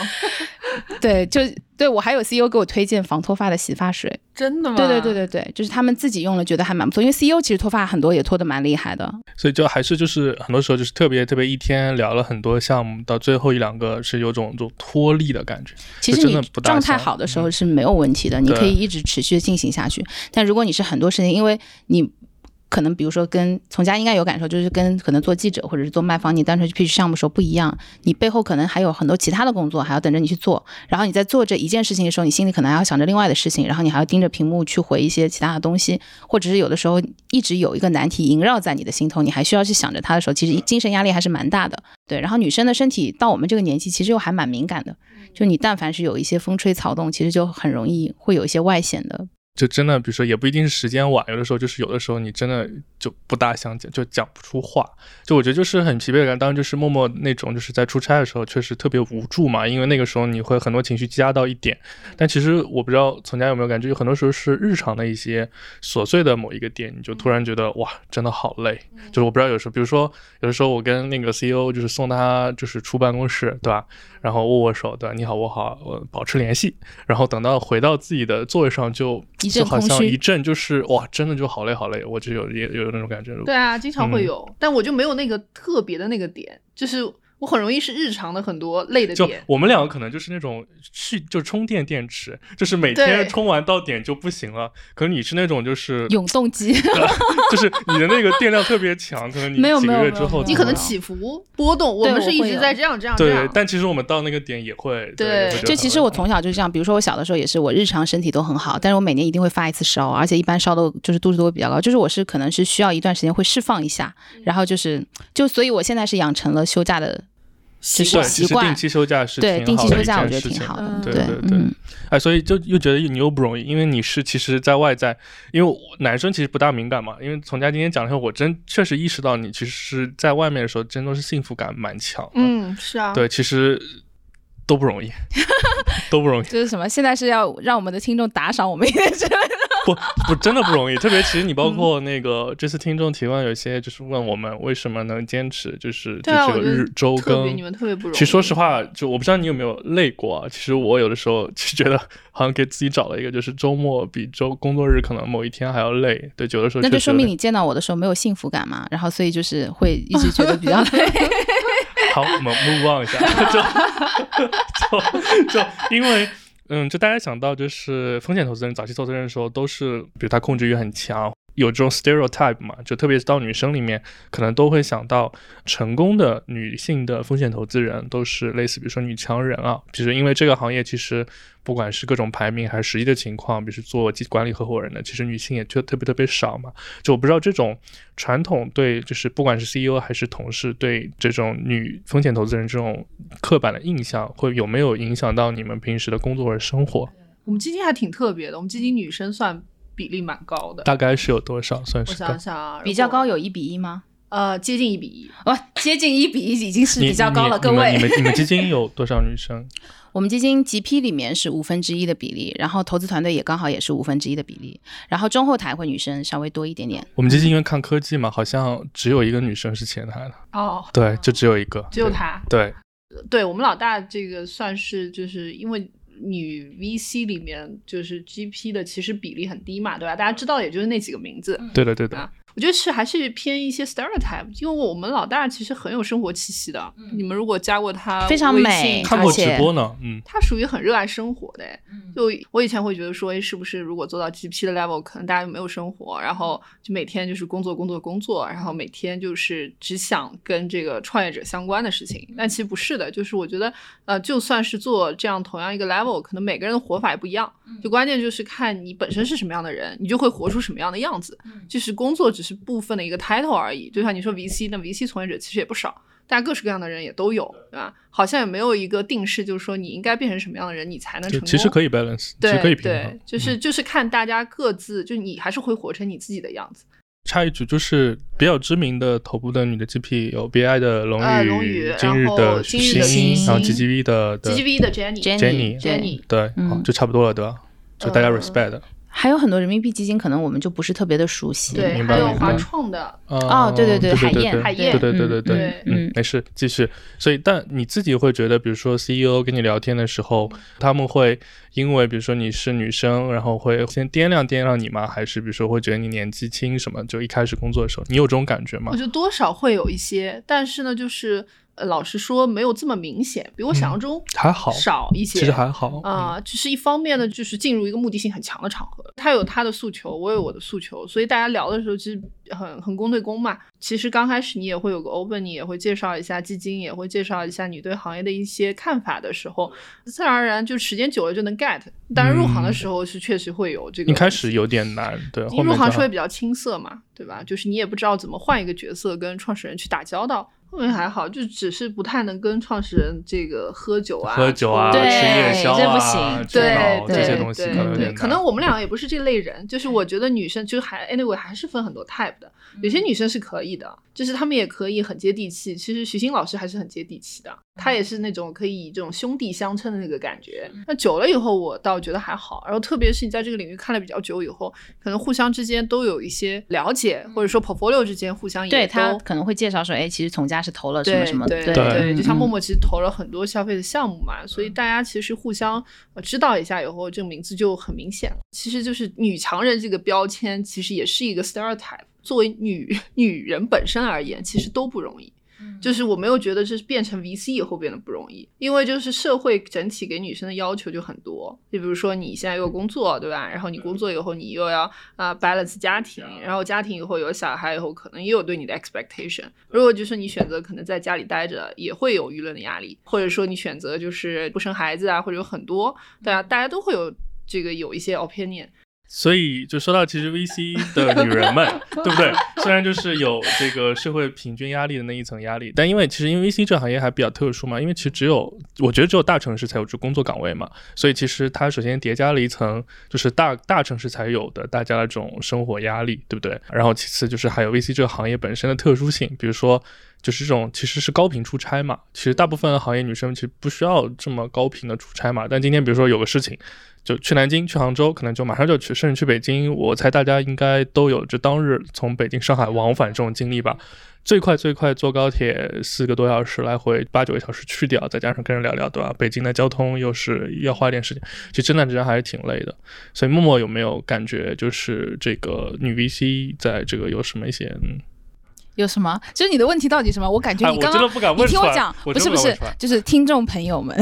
Speaker 1: 对，就对我还有 CEO 给我推荐防脱发的洗发水，
Speaker 3: 真的吗？
Speaker 1: 对对对对对，就是他们自己用了，觉得还蛮不错。因为 CEO 其实脱发很多也脱得蛮厉害的，
Speaker 2: 所以就还是就是很多时候就是特别特别一天聊了很多项目，到最后一两个是有种这种脱力的感觉。
Speaker 1: 其
Speaker 2: 就
Speaker 1: 实
Speaker 2: 真
Speaker 1: 你
Speaker 2: 的不大
Speaker 1: 状态
Speaker 2: 像
Speaker 1: 好的时候是没有问题的，你可
Speaker 2: 对
Speaker 1: 以一直持续地进行下去。但如果你是很多事情，因为你可能比如说跟从家应该有感受，就是跟可能做记者或者是做卖方，你单纯去 pitch 项目的时候不一样，你背后可能还有很多其他的工作还要等着你去做。然后你在做这一件事情的时候，你心里可能还要想着另外的事情，然后你还要盯着屏幕去回一些其他的东西，或者是有的时候一直有一个难题萦绕在你的心头，你还需要去想着它的时候，其实精神压力还是蛮大的。对，然后女生的身体到我们这个年纪，其实又还蛮敏感的。就你但凡是有一些风吹草动，其实就很容易会有一些外显的。
Speaker 2: 就真的，比如说也不一定是时间晚，有的时候就是有的时候你真的就不大想讲，就讲不出话。就我觉得就是很疲惫感，当然就是默默那种，就是在出差的时候确实特别无助嘛，因为那个时候你会很多情绪积压到一点。但其实我不知道从家有没有感觉，有很多时候是日常的一些琐碎的某一个点，你就突然觉得哇，真的好累。
Speaker 1: 嗯
Speaker 2: 就是我不知道有时候，比如说有的时候我跟那个 CEO 就是送他就是出办公室，对吧？然后握握手，对吧？你好，我好，我保持联系。然后等到回到自己的座位上就，
Speaker 1: 一阵
Speaker 2: 就好像
Speaker 1: 空虚
Speaker 2: 一阵就是哇，真的就好累好累，我就有也有那种感觉。
Speaker 3: 对啊，经常
Speaker 2: 嗯
Speaker 3: 会有，但我就没有那个特别的那个点，就是我很容易是日常的很多累的
Speaker 2: 就
Speaker 3: 点。
Speaker 2: 我们两个可能就是那种去就充电电池，就是每
Speaker 3: 对
Speaker 2: 天充完到点就不行了。可能你是那种就是呃
Speaker 1: 永动机，
Speaker 2: 就是你的那个电量特别强，可能你
Speaker 1: 没有
Speaker 2: 几
Speaker 1: 没
Speaker 2: 个
Speaker 1: 有
Speaker 2: 月
Speaker 1: 没
Speaker 2: 之
Speaker 1: 有
Speaker 2: 后
Speaker 1: 没有
Speaker 3: 你可能
Speaker 2: 怎么样
Speaker 3: 起伏波动，我
Speaker 1: 对
Speaker 3: 们
Speaker 1: 我
Speaker 3: 是一
Speaker 1: 会
Speaker 3: 直
Speaker 1: 有
Speaker 3: 在这样这样这样
Speaker 2: 对，，但其实我们到那个点也会
Speaker 3: 对
Speaker 2: 也会觉得
Speaker 1: 就
Speaker 2: 很
Speaker 1: 其实
Speaker 2: 累
Speaker 1: 我从小就是这样。比如说我小的时候也是，我日常身体都很好，但是我每年一定会发一次烧，而且一般烧的就是度数都会比较高。就是我是可能是需要一段时间会释放一下，然后就是就所以我现在是养成了休假的
Speaker 3: 习
Speaker 1: 是
Speaker 2: 对，
Speaker 3: 惯
Speaker 1: 习
Speaker 2: 其实
Speaker 1: 惯
Speaker 2: 定期休假是
Speaker 1: 对
Speaker 2: 挺
Speaker 1: 定期
Speaker 2: 好的
Speaker 1: 休
Speaker 2: 一
Speaker 1: 假，我
Speaker 2: 件
Speaker 1: 觉得
Speaker 2: 事
Speaker 1: 挺
Speaker 2: 情
Speaker 1: 好的。
Speaker 3: 嗯
Speaker 2: 对
Speaker 1: 对
Speaker 2: 对，对
Speaker 1: 嗯，
Speaker 2: 哎，所以就又觉得你又不容易，因为你是其实，在外在，因为我男生其实不大敏感嘛。因为从家今天讲了以后，我真确实意识到你其实是在外面的时候，真的是幸福感蛮强的。，
Speaker 3: 嗯，是啊，
Speaker 2: 对， 其实都不容易， 都不容易，
Speaker 1: 就是什么？现在是要让我们的听众打赏我们一点之类的。
Speaker 2: 不不真的不容易。特别其实你
Speaker 3: 嗯
Speaker 2: 包括那个这次听众提问，有些就是问我们为什么能坚持，就是就
Speaker 3: 对啊
Speaker 2: 这
Speaker 3: 我
Speaker 2: 个
Speaker 3: 觉得
Speaker 2: 日周
Speaker 3: 特别
Speaker 2: 更
Speaker 3: 你们特别不容易。
Speaker 2: 其实说实，话，就我不知道你有没有累过啊。其实我有的时候其实觉得好像给自己找了一个，就是周末比周工作日可能某一天还要累。对，有的时 候
Speaker 1: 那就
Speaker 2: 确实
Speaker 1: 说
Speaker 2: 有
Speaker 1: 明
Speaker 2: 点
Speaker 1: 你见到我的时候没有幸福感嘛，然后所以就是会一直觉得比 较累。
Speaker 2: 好，我们 move on 一下，就就就因为。嗯，就大家想到就是风险投资人、早期投资人的时候，都是比如他控制欲很强，有这种 stereotype 嘛，就特别是到女生里面，可能都会想到成功的女性的风险投资人都是类似，比如说女强人啊，比如因为这个行业其实不管是各种排名还是实际的情况，比如说做基管理合伙人的，其实女性也就特别特别少嘛。就我不知道这种传统对，就是不管是 CEO 还是同事对这种女风险投资人这种刻板的印象，会有没有影响到你们平时的工作或者生活？
Speaker 3: 我们基金还挺特别的，我们基金女生算比例蛮高的。
Speaker 2: 大概是有多少？算
Speaker 3: 我
Speaker 2: 是
Speaker 3: 想想啊，
Speaker 1: 比较
Speaker 3: 如果
Speaker 1: 高有一比一吗？
Speaker 3: 呃接近一比一，
Speaker 1: 哦，接近一比一已经是
Speaker 2: 你
Speaker 1: 比较高了，
Speaker 2: 你
Speaker 1: 各
Speaker 2: 你们
Speaker 1: 位
Speaker 2: 你。们你们基金有多少女生？
Speaker 1: 我们基金 GP 里面是五分之一的比例，然后投资团队也刚好也是五分之一的比例，然后中后台会女生稍微多一点点。
Speaker 2: 我们基金因为看科技嘛，好像只有一个女生是前台的，
Speaker 3: 哦，
Speaker 2: 对，就只有一个，
Speaker 3: 只有她。
Speaker 2: 对。
Speaker 3: 呃对我们老大这个算是就是因为女 VC 里面就是 GP 的其实比例很低嘛，对吧？大家知道也就是那几个名字。
Speaker 1: 嗯
Speaker 2: 对对对的对的
Speaker 3: 啊我觉得是还是偏一些 stereotype，因为我们老大其实很有生活气息的。你们如果加过他
Speaker 1: 嗯非常
Speaker 3: 微
Speaker 1: 美
Speaker 3: 信
Speaker 2: 看过直播呢，嗯，
Speaker 3: 他属于很热爱生活的哎诶，
Speaker 1: 嗯
Speaker 3: 就我以前会觉得说，哎，是不是如果做到 GP 的 level，可能大家就没有生活，然后就每天就是工作、工作、工作，然后每天就是只想跟这个创业者相关的事情。但其实不是的，就是我觉得，呃，就算是做这样同样一个 level，可能每个人的活法也不一样，就关键就是看你本身是什么样的人，你就会活出什么样的样子。就是工作只是部分的一个 title 而已，就像你说 VC，那 VC 从业者其实也不少。大家各式各样的人也都有，对吧？好像也没有一个定式，就是说你应该变成什么样的人，你才能
Speaker 2: 就
Speaker 3: 成功。
Speaker 2: 其实可以 balance，其
Speaker 3: 对
Speaker 2: 实可以平
Speaker 3: 对
Speaker 2: 衡，。嗯
Speaker 3: 就是就是看大家各自，就你还是会活成你自己的样子。
Speaker 2: 插一句，就是比较知名的头部的女的 GP 有 BI 的龙
Speaker 3: 呃龙
Speaker 2: 宇
Speaker 3: 宇，
Speaker 2: 今日
Speaker 3: 然后
Speaker 2: 的
Speaker 3: 今
Speaker 1: 日的
Speaker 2: 新
Speaker 1: 新
Speaker 2: 然后
Speaker 1: 星
Speaker 2: GGV 的的
Speaker 3: GGV 的 Jenny
Speaker 1: Jenny
Speaker 2: Jenny
Speaker 3: Jenny
Speaker 2: 对，
Speaker 1: 嗯
Speaker 2: 好，就差不多了，对吧？就大家
Speaker 3: 嗯
Speaker 2: respect
Speaker 1: 还有很多人民币基金，可能我们就不是特别的熟悉。
Speaker 3: 对，
Speaker 2: 明白
Speaker 3: 还有
Speaker 2: 明
Speaker 3: 华
Speaker 2: 白
Speaker 3: 创的，
Speaker 2: 哦
Speaker 1: 对对
Speaker 2: 对
Speaker 1: 对海
Speaker 2: 对
Speaker 1: 燕
Speaker 2: 对
Speaker 3: 海燕
Speaker 2: 对对对对
Speaker 1: 嗯
Speaker 2: 对，
Speaker 1: 嗯
Speaker 2: 嗯，没事，继续。所以，但你自己会觉得，比如说 CEO 跟你聊天的时候，他们会因为比如说你是女生，然后会先掂量掂量你吗？还是比如说会觉得你年纪轻什么？就一开始工作的时候，你有这种感觉吗
Speaker 3: 我？觉得多少会有一些，但是呢，就是呃老实说，没有这么明显，比我想象中
Speaker 2: 嗯还好，
Speaker 3: 少一些。
Speaker 2: 其实还好，嗯
Speaker 3: 啊、就是一方面呢，就是进入一个目的性很强的场合，他有他的诉求，我有我的诉求，所以大家聊的时候其实很很公对公嘛。其实刚开始你也会有个 open，你也会介绍一下基金，也会介绍一下你对行业的一些看法的时候，自然而然就时间久了就能 get。当然入行的时候是确实会有这
Speaker 2: 嗯
Speaker 3: 个，
Speaker 2: 一开始有点难，对，
Speaker 3: 你
Speaker 2: 后
Speaker 3: 入
Speaker 2: 面
Speaker 3: 行
Speaker 2: 就是
Speaker 3: 会比较青涩嘛，对吧？就是你也不知道怎么换一个角色跟创始人去打交道。后面还好，就只是不太能跟创始人这个喝酒啊、
Speaker 2: 喝酒啊，
Speaker 3: 抽
Speaker 2: 吃
Speaker 1: 对
Speaker 3: 烟啊
Speaker 2: 夜宵
Speaker 1: 这不
Speaker 2: 啊
Speaker 1: 行，
Speaker 2: 吃
Speaker 3: 对
Speaker 2: 烤
Speaker 3: 对
Speaker 2: 这些东西
Speaker 3: 对
Speaker 2: 可能有
Speaker 3: 对
Speaker 2: 点
Speaker 3: 可
Speaker 2: 难嗯
Speaker 3: 能我们俩也不是这类人，就是我觉得女生就还 anyway 还是分很多 type 的，有
Speaker 2: 嗯
Speaker 3: 些女生是可以的，就是她们也可以很接地气。其实徐新老师还是很接地气的，她也是那种可以以这种兄弟相称的那个感觉。那久了以后，我倒觉得还好。然后特别是你在这个领域看了比较久以后，可能互相之间都有一些了解，或者说 portfolio 之间互相也
Speaker 1: 对他
Speaker 3: 都
Speaker 1: 可能会介绍说，哎，其实从家是投了什
Speaker 3: 对
Speaker 1: 么什么，
Speaker 3: 对
Speaker 2: 对
Speaker 3: 就像
Speaker 1: 嗯
Speaker 3: 陌陌其实投了很多消费的项目嘛，所以大家其实互相呃知道一下以后，这个名字就很明显了。其实就是女强人这个标签，其实也是一个 stereotype。作为女女人本身而言，其实都不容易。就是我没有觉得是变成 VC 以后变得不容易，因为就是社会整体给女生的要求就很多，就比如说你现在又有工作，对吧？然后你工作以后你又要啊、balance 家庭，然后家庭以后有小孩以后，可能也有对你的 expectation。如果就是你选择可能在家里待着，也会有舆论的压力，或者说你选择就是不生孩子啊，或者有很多，对啊，大家都会有这个有一些 opinion。
Speaker 2: 所以就说到，其实 VC 的女人们，对不对？虽然就是有这个社会平均压力的那一层压力，但因为其实因为 VC 这个行业还比较特殊嘛，因为其实只有我觉得只有大城市才有这工作岗位嘛，所以其实它首先叠加了一层就是大大城市才有的大家的这种生活压力，对不对？然后其次就是还有 VC 这个行业本身的特殊性，比如说就是这种其实是高频出差嘛，其实大部分行业女生其实不需要这么高频的出差嘛，但今天比如说有个事情。就去南京、去杭州，可能就马上就去，甚至去北京。我猜大家应该都有这当日从北京、上海往返这种经历吧。最快最快坐高铁四个多小时来回，八九个小时去掉，再加上跟人聊聊，对吧？北京的交通又是要花点时间，其实真的人还是挺累的。所以默默有没有感觉，就是这个女 VC 在这个有什么一些？嗯，
Speaker 4: 有什么？就是你的问题到底什么？我感觉
Speaker 2: 哎
Speaker 4: 你
Speaker 2: 我
Speaker 4: 刚
Speaker 2: 真
Speaker 4: 刚、
Speaker 2: 的 不敢
Speaker 4: 你
Speaker 2: 问
Speaker 4: 听
Speaker 2: 出
Speaker 4: 我
Speaker 2: 来
Speaker 4: 讲，
Speaker 2: 我
Speaker 4: 不
Speaker 2: 真
Speaker 4: 是
Speaker 2: 的
Speaker 4: 不
Speaker 2: 敢问
Speaker 4: 是
Speaker 2: 出来，
Speaker 4: 就是听众朋友 们，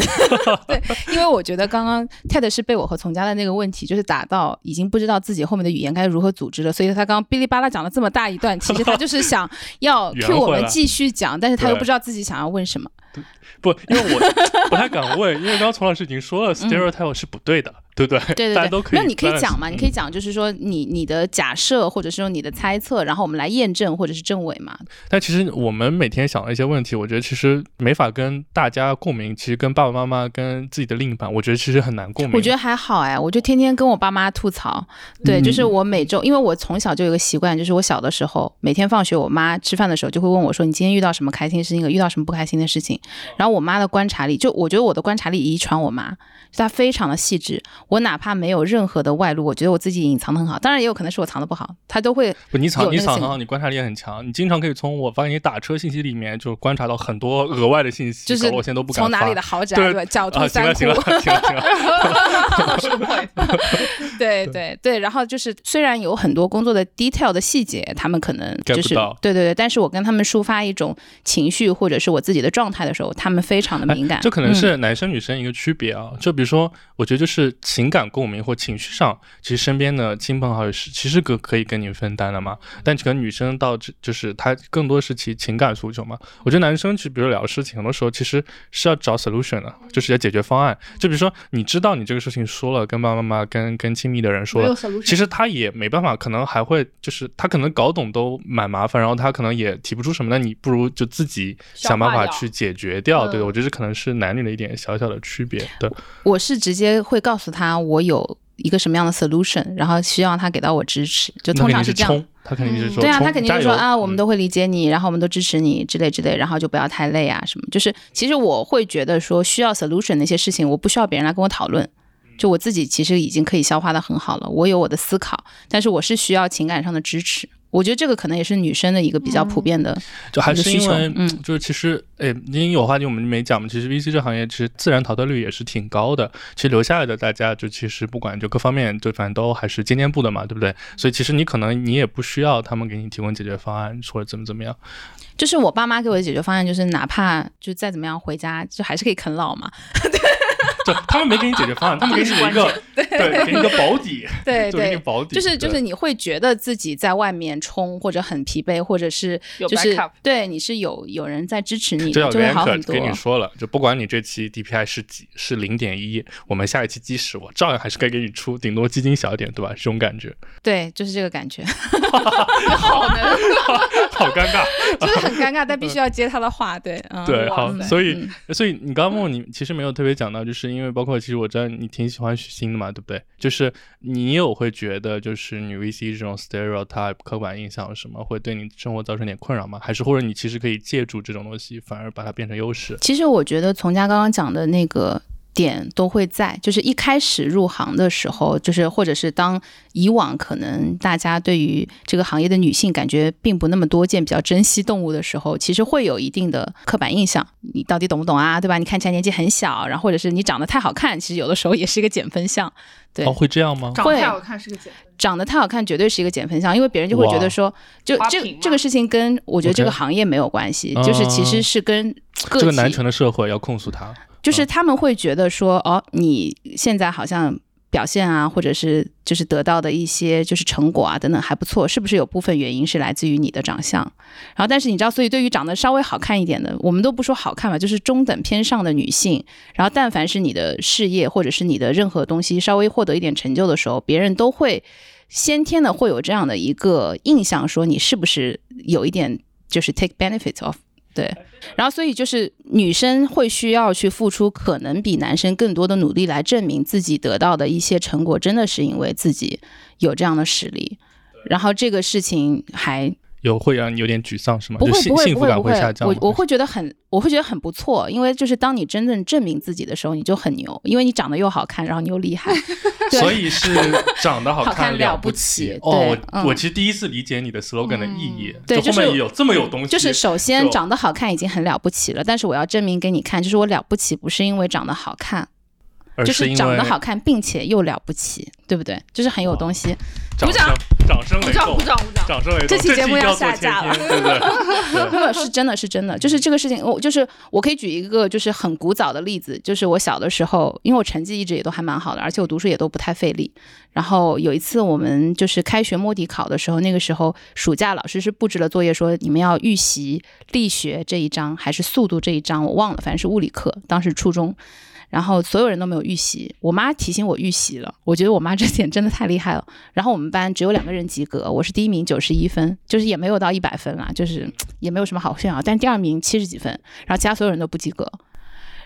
Speaker 4: 对，因为我觉得刚刚 TED 是被我和从家的那个问题，就是打到已经不知道自己后面的语言该如何组织了，所以他刚刚哔哩吧啦讲了这么大一段，其实他就是想要
Speaker 2: 圆
Speaker 4: Q 我
Speaker 2: 回
Speaker 4: 们
Speaker 2: 来
Speaker 4: 继续讲，但是他又
Speaker 2: 对
Speaker 4: 不知道自己想要问什么。
Speaker 2: 不，因为我不太敢问，因为刚刚丛老师已经说了，stereotype 是不对的，对不对？
Speaker 4: 对对对，
Speaker 2: 大家都可以。嗯
Speaker 1: 没有，你可以讲嘛，你可以讲，就是说你你的假设，或者是说你的猜测，然后我们来验证或者是证伪嘛。
Speaker 2: 但其实我们每天想的一些问题，我觉得其实没法跟大家共鸣。其实跟爸爸妈妈、跟自己的另一半，我觉得其实很难共鸣。
Speaker 1: 我觉得还好哎，我就天天跟我爸妈吐槽，
Speaker 2: 嗯
Speaker 1: 对，就是我每周，因为我从小就有个习惯，就是我小的时候每天放学，我妈吃饭的时候就会问我说：“你今天遇到什么开心的事情了？遇到什么不开心
Speaker 2: 嗯
Speaker 1: 的事情？”然后我妈的观察力，就我觉得我的观察力遗传我妈，就她非常的细致。我哪怕没有任何的外露，我觉得我自己隐藏的很好，当然也有可能是我藏的不好，他都会
Speaker 2: 不，你
Speaker 1: 有
Speaker 2: 藏
Speaker 1: 那
Speaker 2: 你
Speaker 1: 个
Speaker 2: 藏
Speaker 1: 信
Speaker 2: 很好，你观察力也很强，你经常可以从我发给你打车信息里面就观察到很多额外的信息，
Speaker 4: 就是
Speaker 2: 搞得我现在都不敢
Speaker 4: 从哪
Speaker 2: 发
Speaker 4: 里的豪宅
Speaker 2: 对
Speaker 4: 吧？狡兔
Speaker 2: 啊，行
Speaker 4: 三
Speaker 2: 了
Speaker 4: 窟
Speaker 2: 行，了行了 行了，
Speaker 4: 对对对，然后
Speaker 1: 然后就是，虽然有很多工作的 detail 的细节，他们可能就
Speaker 2: get 不
Speaker 1: 是
Speaker 2: 到
Speaker 1: 对对对，但是我跟他们抒发一种情绪或者是我自己的状态的时候，他们非常的敏感。 嗯
Speaker 2: 这可能是男生女生一个区别啊。就比如说，我觉得就是情感共鸣或情绪上，其实身边的亲朋好友是其实可可以跟你分担的嘛。但可能女生到这就是她更多是其情感诉求嘛。我觉得男生去比如聊事情，很多时候其实是要找 solution 的，就是要解决方案。就比如说，你知道你这个事情说了，跟爸爸妈妈、跟跟亲密的人说了，其实他也没办法，可能还会就是他可能搞懂都蛮麻烦，然后他可能也提不出什么，那你不如就自己
Speaker 3: 消
Speaker 2: 想办
Speaker 3: 化
Speaker 2: 法
Speaker 3: 掉
Speaker 2: 去解决掉。对，
Speaker 3: 嗯
Speaker 2: 我觉得这可能是男女的一点小小的区别。对，
Speaker 1: 我是直接会告诉他我有一个什么样的 solution，然后希望他给到我支持，就
Speaker 2: 那
Speaker 1: 通
Speaker 2: 肯
Speaker 1: 常
Speaker 2: 定是
Speaker 1: 这样。
Speaker 2: 冲，他肯
Speaker 3: 嗯
Speaker 2: 定是说冲，
Speaker 1: 对啊，他肯定
Speaker 2: 加
Speaker 1: 就说
Speaker 2: 油
Speaker 1: 啊，我们
Speaker 2: 嗯
Speaker 1: 都会理解你，然后我们都支持你之类之类，然后就不要太累啊什么。就是其实我会觉得说需要 solution 那些事情，我不需要别人来跟我讨论，
Speaker 2: 嗯
Speaker 1: 就我自己其实已经可以消化的很好了，我有我的思考，但是我是需要情感上的支持。我觉得这个可能也是女生的一个比较
Speaker 4: 嗯
Speaker 1: 普遍的，
Speaker 2: 就还
Speaker 1: 一个
Speaker 2: 是
Speaker 1: 需
Speaker 2: 因
Speaker 1: 求
Speaker 2: 为，
Speaker 1: 嗯
Speaker 2: 就是其实，哎，因为有话题我们没讲嘛，其实 VC 这行业其实自然淘汰率也是挺高的，其实留下来的大家就其实不管就各方面，就反正都还是尖尖部的嘛，对不对？所以其实你可能你也不需要他们给你提供解决方案或者怎么怎么样，
Speaker 1: 就是我爸妈给我的解决方案，就是哪怕就再怎么样回家，就还是可以啃老 嘛。
Speaker 2: 对，他们没给你解决方案，他们给你一个对，给你一个保底，
Speaker 4: 对
Speaker 2: 就给你
Speaker 4: 对。
Speaker 2: 保底，
Speaker 4: 就是就
Speaker 2: 对
Speaker 4: 是你会觉得自己在外面冲或者很疲惫，或者 是
Speaker 3: 有
Speaker 4: 就是
Speaker 3: backup
Speaker 4: 对你是有有人在支持你
Speaker 2: 这
Speaker 4: 的，
Speaker 2: 叫
Speaker 4: 就会好
Speaker 2: Bianca
Speaker 4: 很多。
Speaker 2: 跟你说了，就不管你这期 DPI 是几是零点一，我们下一期基石我照样还是该给你出，顶多基金小一点，对吧？这种 感觉，
Speaker 4: 对，就是这个感觉，
Speaker 3: 好的，
Speaker 2: 好尴尬。
Speaker 4: 就是很尴尬，但必须要接他的话。对，嗯，
Speaker 2: 对，
Speaker 3: 哇
Speaker 2: 好，
Speaker 3: 塞
Speaker 2: 所以
Speaker 1: 嗯
Speaker 2: 所以你刚刚问我你其实没有特别讲到，就是因为包括其实我知道你挺喜欢许昕的嘛，对不对？就是你有会觉得就是女 VC 这种 stereotype 刻板印象什么会对你生活造成点困扰吗？还是或者你其实可以借助这种东西，反而把它变成优势？
Speaker 1: 其实我觉得从家刚刚讲的那个点都会在，就是一开始入行的时候，就是或者是当以往可能大家对于这个行业的女性感觉并不那么多见，比较珍惜动物的时候，其实会有一定的刻板印象，你到底懂不懂啊？对吧？你看起来年纪很小，然后或者是你长得太好看，其实有的时候也是一个减分项。对
Speaker 2: 哦，会这样吗？
Speaker 3: 长得太好看是个姐，
Speaker 1: 长得太好看绝对是一个减分项，因为别人就会觉得说，就
Speaker 3: 花
Speaker 1: 这
Speaker 3: 瓶嘛
Speaker 1: 这个事情跟我觉得这个
Speaker 2: OK 哦
Speaker 1: 行业没有关系，就是其实是跟个
Speaker 2: 这个
Speaker 1: 体
Speaker 2: 男权的社会要控诉他。
Speaker 1: 就是他们会觉得说，哦，你现在好像表现啊，或者是就是得到的一些就是成果啊等等还不错，是不是有部分原因是来自于你的长相？然后，但是你知道，所以对于长得稍微好看一点的，我们都不说好看吧，就是中等偏上的女性，然后但凡是你的事业或者是你的任何东西稍微获得一点成就的时候，别人都会先天的会有这样的一个印象，说你是不是有一点就是 take benefit of。对，然后所以就是女生会需要去付出可能比男生更多的努力来证明自己得到的一些成果，真的是因为自己有这样的实力。然后这个事情还
Speaker 2: 有会让你有点沮丧是吗？
Speaker 1: 不
Speaker 2: 就
Speaker 1: 会
Speaker 2: 幸
Speaker 1: 不会
Speaker 2: 幸
Speaker 1: 不
Speaker 2: 福
Speaker 1: 会
Speaker 2: 感
Speaker 1: 不会
Speaker 2: 下，降
Speaker 1: 我
Speaker 2: 吗
Speaker 1: 我会觉得很我会觉得很不错，因为就是当你真正证明自己的时候，你就很牛，因为你长得又好看，然后你又厉 害，对
Speaker 2: 所以是长得好
Speaker 1: 好看
Speaker 2: 了
Speaker 1: 了不
Speaker 2: 起
Speaker 1: 起
Speaker 2: 哦。
Speaker 1: 对
Speaker 2: 我、
Speaker 1: 嗯
Speaker 2: 我其实第一次理解你的 slogan 的意义，
Speaker 1: 对
Speaker 2: 就
Speaker 1: 就
Speaker 2: 后
Speaker 1: 是
Speaker 2: 面有这么有东西，
Speaker 1: 就是首先
Speaker 2: 就
Speaker 1: 长得好看已经很了不起了，但是我要证明给你看，就是我了不起不是因为长得好看，
Speaker 2: 而
Speaker 1: 就是
Speaker 2: 因为
Speaker 1: 长得好看并且又了不起，对不对？就是很有
Speaker 2: 哇
Speaker 1: 东西。
Speaker 2: 掌声掌声
Speaker 3: 鼓
Speaker 2: 雷
Speaker 3: 掌
Speaker 2: 动
Speaker 3: 鼓，掌鼓掌，
Speaker 2: 掌声雷动，
Speaker 1: 这期节目
Speaker 2: 一定要
Speaker 1: 要下
Speaker 2: 做千
Speaker 1: 架了
Speaker 2: 篇 对不对？
Speaker 1: 没有，是真的是真的，就是这个事情，我就是我可以举一个就是很古早的例子，就是我小的时候，因为我成绩一直也都还蛮好的，而且我读书也都不太费力。然后有一次我们就是开学摸底考的时候，那个时候暑假老师是布置了作业说你们要预习力学这一章还是速度这一章，我忘了，反正是物理课，当时初中。然后所有人都没有预习，我妈提醒我预习了。我觉得我妈这点真的太厉害了。然后我们班只有两个人及格，我是第一名，九十一分，就是也没有到一百分啦，就是也没有什么好炫啊耀。但是第二名七十几分，然后其他所有人都不及格。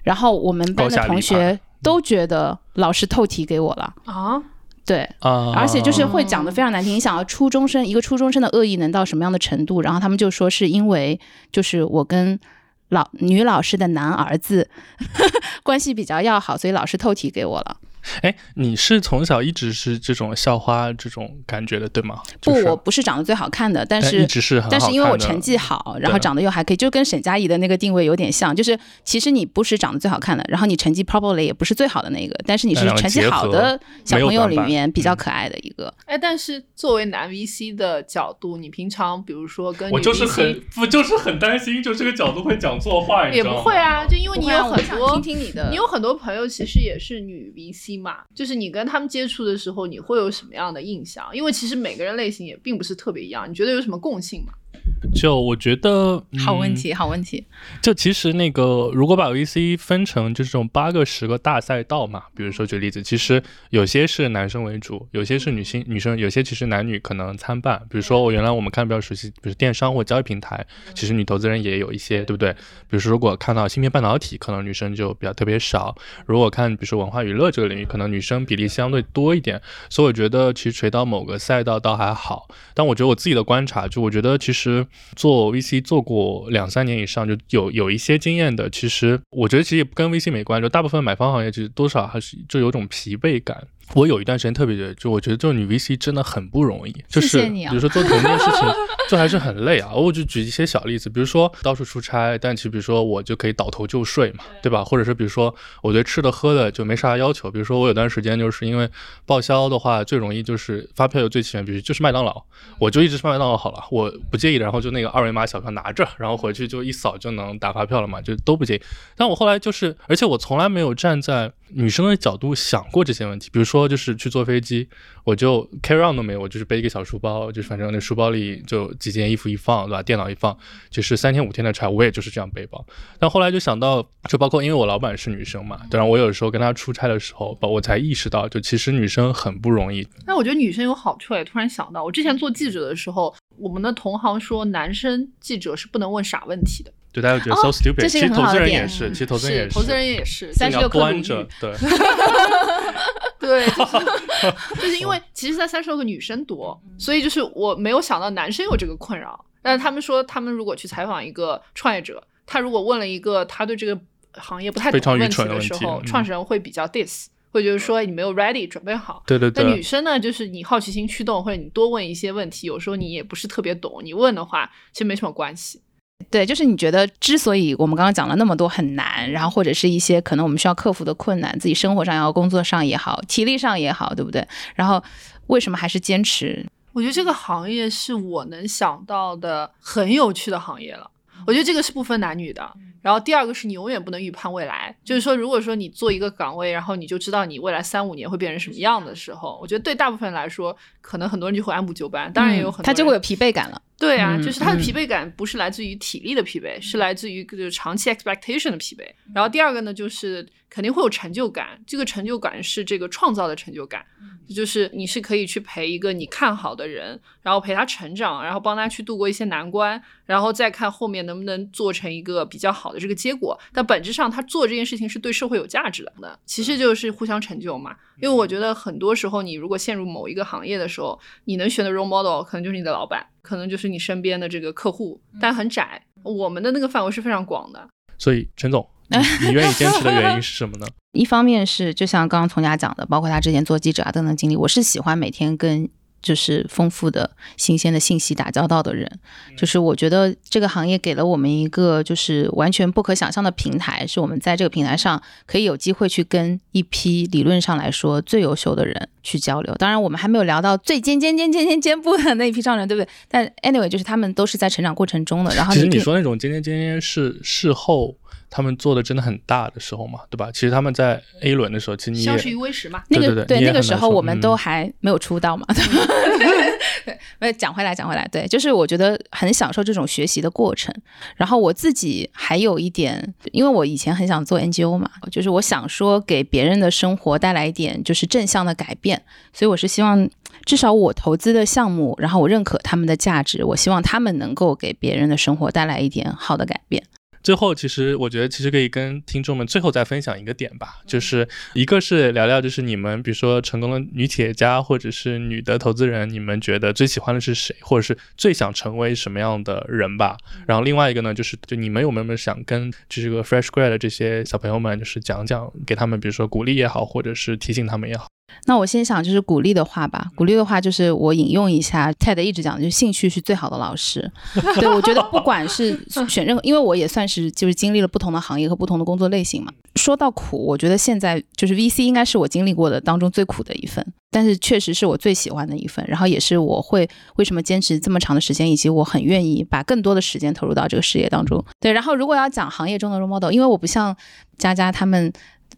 Speaker 1: 然后我们班
Speaker 2: 高
Speaker 1: 的
Speaker 2: 下立
Speaker 1: 同
Speaker 2: 判
Speaker 1: 学都觉得老师透题给我了，
Speaker 3: 啊，
Speaker 1: 对，
Speaker 2: 对啊，
Speaker 1: 而且就是会讲的非常难听。你想要初中生一个初中生的恶意能到什么样的程度？然后他们就说是因为就是我跟 老女老师的男儿子关系比较要好，所以老师透题给我了。
Speaker 2: 哎，你是从小一直是这种校花这种感觉的，对吗？
Speaker 1: 不
Speaker 2: 就是，
Speaker 1: 我不是长得最好看的，但
Speaker 2: 但
Speaker 1: 是
Speaker 2: 一直是很好看的，
Speaker 1: 但是因为我成绩好，然后
Speaker 2: 对
Speaker 1: 长得又还可以，就跟沈佳宜的那个定位有点像，就是其实你不是长得最好看的，然后你成绩 probably 也不是最好的那个，但是你是
Speaker 2: 两个
Speaker 1: 成绩
Speaker 2: 结
Speaker 1: 好
Speaker 2: 合
Speaker 1: 的小
Speaker 2: 没有
Speaker 1: 朋友
Speaker 2: 短
Speaker 1: 里
Speaker 2: 板
Speaker 1: 面比较
Speaker 2: 嗯
Speaker 1: 可爱的一个。
Speaker 3: 哎，但是作为男 VC 的角度，你平常比如说跟女
Speaker 2: 我就是很
Speaker 3: VC
Speaker 2: 不就是很担心，就这个角度会讲错话，你
Speaker 3: 也
Speaker 2: 知道
Speaker 3: 不
Speaker 2: 吗？
Speaker 3: 会啊，就因为你有
Speaker 1: 啊我
Speaker 3: 很
Speaker 1: 想
Speaker 3: 多
Speaker 1: 听听你的，
Speaker 3: 你有很多朋友其实也是女 VC 嘛，就是你跟他们接触的时候，你会有什么样的印象？因为其实每个人类型也并不是特别一样，你觉得有什么共性吗？
Speaker 2: 就我觉得、嗯
Speaker 4: 好问题，好问题。
Speaker 2: 就其实那个，如果把 VC 分成就是这种八个、十个大赛道嘛，比如说举例子，其实有些是男生为主，有些是女性女生，有些其实男女可能参半。比如说我原来我们看比较熟悉，比如电商或交易平台，其实女投资人也有一些，对不对？比如说如果看到芯片半导体，可能女生就比较特别少；如果看比如说文化娱乐这个领域，可能女生比例相对多一点。所以我觉得其实垂到某个赛道倒还好。但我觉得我自己的观察，就我觉得其实做 VC 做过两三年以上，就有有一些经验的，其实我觉得其实也不跟 VC 没关系，就大部分买方行业其实多少还是就有种疲惫感。我有一段时间特别觉得，就我觉得做女 VC 真的很不容易，就是
Speaker 4: 谢谢你啊
Speaker 2: 比如说做同一件事情，这还是很累啊。我就举一些小例子，比如说到处出差，但其实比如说我就可以倒头就睡嘛，对吧？或者是比如说我对吃的喝的就没啥要求，比如说我有段时间就是因为报销的话，最容易就是发票有最起源，比如就是麦当劳，我就一直吃麦当劳好了，我不介意的。然后就那个二维码小票拿着，然后回去就一扫就能打发票了嘛，就都不介意。但我后来就是，而且我从来没有站在女生的角度想过这些问题，比如说就是去坐飞机，我就 carry on 都没有，我就是背一个小书包，就是反正那书包里就几件衣服一放，对吧？电脑一放，就是三天五天的差，我也就是这样背包。但后来就想到，就包括因为我老板是女生嘛，当然我有时候跟她出差的时候，把我才意识到，就其实女生很不容易。
Speaker 3: 但我觉得女生有好处哎，突然想到，我之前做记者的时候，我们的同行说男生记者是不能问傻问题的，
Speaker 2: 对，大家觉得 so
Speaker 1: 哦
Speaker 2: stupid，、
Speaker 1: 这是
Speaker 2: 其
Speaker 1: 一个很
Speaker 2: 实投
Speaker 1: 好
Speaker 2: 资
Speaker 1: 的
Speaker 2: 人
Speaker 1: 点
Speaker 2: 也是，
Speaker 1: 嗯
Speaker 2: 其实投资人也
Speaker 3: 投资人也是，
Speaker 1: 三
Speaker 2: 你
Speaker 1: 十
Speaker 2: 要
Speaker 1: 六颗
Speaker 2: 端
Speaker 1: 鲁
Speaker 2: 着
Speaker 1: 豫，，
Speaker 2: 对，
Speaker 3: 对， 就是就是因
Speaker 2: 嗯
Speaker 3: 为其实，在三十六个女生多，所以就是我没有想到男生有这个困扰。但是他们说，他们如果去采访一个创业者，他如果问了一个他对这个行业不太
Speaker 2: 非常
Speaker 3: 懂
Speaker 2: 愚
Speaker 3: 问题
Speaker 2: 蠢的
Speaker 3: 的
Speaker 2: 问
Speaker 3: 时
Speaker 2: 题
Speaker 3: 候，
Speaker 2: 嗯
Speaker 3: 创始人会比较 diss，会觉得说你没有 ready 准备好。
Speaker 2: 对对
Speaker 3: 那女
Speaker 2: 对，
Speaker 3: 生呢，就是你好奇心驱动，或者你多问一些问题，有时候你也不是特别懂，你问的话其实没什么关系。
Speaker 1: 对，就是你觉得之所以我们刚刚讲了那么多很难，然后或者是一些可能我们需要克服的困难，自己生活上也好，工作上也好，体力上也好，对不对？然后为什么还是坚持？
Speaker 3: 我觉得这个行业是我能想到的很有趣的行业了。我觉得这个是不分男女的。然后第二个是你永远不能预判未来，就是说，如果说你做一个岗位，然后你就知道你未来三五年会变成什么样的时候，我觉得对大部分人来说，可能很多人就会按部就班。当然也有很多人、
Speaker 1: 嗯他就会有疲惫感了。
Speaker 3: 对啊，
Speaker 1: 嗯
Speaker 3: 就是他的疲惫感不是来自于体力的疲惫，是来自于就是长期 expectation 的疲惫。然后第二个呢，就是肯定会有成就感，这个成就感是这个创造的成就感，
Speaker 1: 嗯
Speaker 3: 就是你是可以去陪一个你看好的人，然后陪他成长，然后帮他去度过一些难关，然后再看后面能不能做成一个比较好的这个结果。但本质上，他做这件事情是对社会有价值的，其实就是互相成就嘛。
Speaker 1: 嗯
Speaker 3: 因为我觉得很多时候，你如果陷入某一个行业的时候，你能选的 role model 可能就是你的老板，可能就是你身边的这个客户，但很窄。我们的那个范围是非常广的，
Speaker 2: 所以陈 总，你你愿意坚持的原因是什么呢？
Speaker 1: 一方面是就像刚刚从家讲的，包括他之前做记者啊等等经历，我是喜欢每天跟就是丰富的、新鲜的信息打交道的人。就是我觉得这个行业给了我们一个就是完全不可想象的平台，是我们在这个平台上可以有机会去跟一批理论上来说最优秀的人去交流。当然，我们还没有聊到最尖尖尖尖尖尖部的那一批上人，对不对？但 anyway，就是他们都是在成长过程中的。然后
Speaker 2: 其实
Speaker 1: 可
Speaker 2: 你
Speaker 1: 以
Speaker 2: 说那种尖尖尖尖是事后他们做的真的很大的时候嘛，对吧？其实他们在 A 轮的时候，其实你
Speaker 3: 相识于
Speaker 2: 也
Speaker 3: 微时嘛。
Speaker 1: 那个
Speaker 2: 对对对你也
Speaker 1: 那个
Speaker 2: 很
Speaker 1: 时
Speaker 2: 难
Speaker 1: 候
Speaker 2: 说
Speaker 1: 我们
Speaker 2: 嗯
Speaker 1: 都还没有出道 嘛，对吧？对没有讲回来，讲回来，对，就是我觉得很享受这种学习的过程。然后我自己还有一点，因为我以前很想做 NGO 嘛，就是我想说给别人的生活带来一点就是正向的改变，所以我是希望至少我投资的项目，然后我认可他们的价值，我希望他们能够给别人的生活带来一点好的改变。
Speaker 2: 最后，其实我觉得其实可以跟听众们最后再分享一个点吧，
Speaker 1: 嗯
Speaker 2: 就是一个是聊聊，就是你们比如说成功的女企业家或者是女的投资人，你们觉得最喜欢的是谁，或者是最想成为什么样的人吧。
Speaker 1: 嗯
Speaker 2: 然后另外一个呢，就是就你们有没有想跟这个 fresh grad 的这些小朋友们，就是讲讲，给他们比如说鼓励也好，或者是提醒他们也好。
Speaker 1: 那我先想就是鼓励的话吧，鼓励的话就是我引用一下 TED 一直讲的，就是兴趣是最好的老师。 对我觉得不管是选任何，因为我也算是就是经历了不同的行业和不同的工作类型嘛。说到苦，我觉得现在就是 VC 应该是我经历过的当中最苦的一份，但是确实是我最喜欢的一份，然后也是我会为什么坚持这么长的时间，以及我很愿意把更多的时间投入到这个事业当中。对，然后如果要讲行业中的 role model，因为我不像佳佳他们。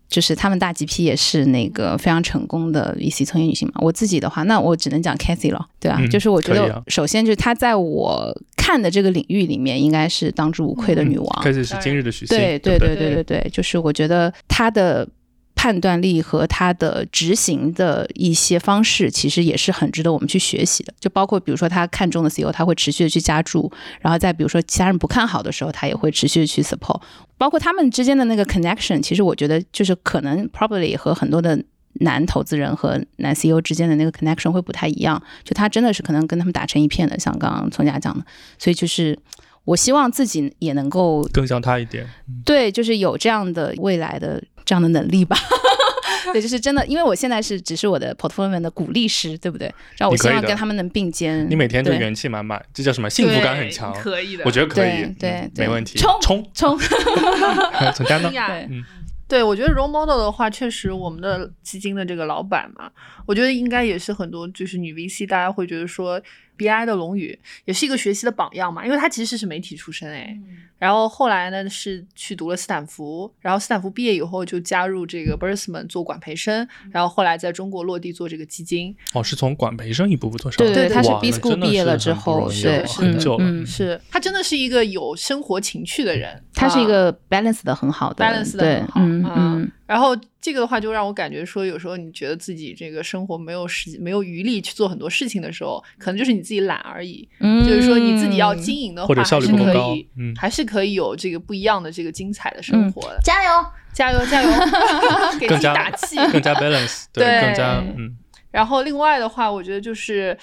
Speaker 1: 就是他们大 GP 也是那个非常成功的 VC 从业女性嘛。我自己的话，那我只能讲 Cathy 了，对啊，
Speaker 2: 嗯
Speaker 1: 就是我觉
Speaker 2: 可以啊
Speaker 1: 得首先就是她在我看的这个领域里面，应该是当之无愧的女王。
Speaker 2: 开始是今日的许昕，
Speaker 1: 对
Speaker 2: 对
Speaker 1: 对
Speaker 2: 不
Speaker 1: 对对对对，就是我觉得她的判断力和她的执行的一些方式，其实也是很值得我们去学习的。就包括比如说她看中的 CEO，她会持续的去加注，然后再比如说其他人不看好的时候，她也会持续的去 support。包括他们之间的那个 connection，其实我觉得就是可能 probably 和很多的男投资人和男 CEO 之间的那个 connection 会不太一样，就他真的是可能跟他们打成一片的，像刚刚从家讲的，所以就是我希望自己也能够
Speaker 2: 更像他一点。
Speaker 1: 嗯对，就是有这样的未来的这样的能力吧。 对，就是真的，因为我现在是只是我的 portfolio 们的鼓励师，对不对？然后我
Speaker 2: 你可
Speaker 1: 希
Speaker 2: 以
Speaker 1: 望
Speaker 2: 的
Speaker 1: 跟他们能并肩。
Speaker 2: 你每天就
Speaker 1: 对
Speaker 2: 元气满满，这叫什么？幸福感很强。
Speaker 3: 可以的。
Speaker 2: 我觉
Speaker 3: 得
Speaker 2: 得可以，
Speaker 1: 对对
Speaker 2: 嗯
Speaker 1: 对
Speaker 2: 没问题。
Speaker 1: 冲
Speaker 2: 冲，
Speaker 1: 冲，
Speaker 2: 哎从家呢？
Speaker 1: 哎
Speaker 3: 对
Speaker 2: 嗯
Speaker 3: 对，我觉得 role model 的话，确实我们的基金的这个老板嘛，我觉得应该也是很多就是女 VC 大家会觉得说，BI 的龙宇也是一个学习的榜样嘛，因为他其实是媒体出身哎，然后后来呢是去读了斯坦福，然后斯坦福毕业以后就加入这个 Bertelsmann 做管培生，然后后来在中国落地做这个基金，
Speaker 2: 哦，是从管培生一步步做上
Speaker 1: 对
Speaker 2: 来的。
Speaker 1: 对，他是
Speaker 2: 哇
Speaker 1: B
Speaker 2: 那
Speaker 1: school
Speaker 2: 真的
Speaker 1: 毕业
Speaker 2: 是
Speaker 1: 了
Speaker 2: 很
Speaker 1: 之
Speaker 2: 不
Speaker 1: 后，
Speaker 2: 容易
Speaker 1: 对
Speaker 2: 了，
Speaker 3: 是
Speaker 2: 很
Speaker 1: 嗯
Speaker 2: 久了。
Speaker 1: 嗯，
Speaker 3: 是他真的是一个有生活情趣的人，
Speaker 1: 他是一
Speaker 3: 啊
Speaker 1: 个嗯 balance 的很好的
Speaker 3: balance 的
Speaker 1: 对
Speaker 3: 很好，
Speaker 1: 嗯
Speaker 3: 啊
Speaker 1: 嗯，
Speaker 3: 然后这个的话，就让我感觉说，有时候你觉得自己这个生活没有时没有余力去做很多事情的时候，可能就是你自己懒而已。
Speaker 1: 嗯
Speaker 3: 就是说你自己要经营的话，
Speaker 2: 或者效率
Speaker 3: 还
Speaker 2: 不
Speaker 3: 是
Speaker 2: 够
Speaker 3: 可
Speaker 2: 高
Speaker 3: 以，
Speaker 2: 嗯
Speaker 3: 还是可以有这个不一样的这个精彩的生
Speaker 1: 嗯
Speaker 3: 活的。加油，加油， 加油，给自
Speaker 2: 更
Speaker 3: 己
Speaker 2: 加
Speaker 3: 打气。
Speaker 2: 更加 balance，对，
Speaker 3: 对
Speaker 2: 更加嗯，
Speaker 3: 然后另外的话，我觉得就是。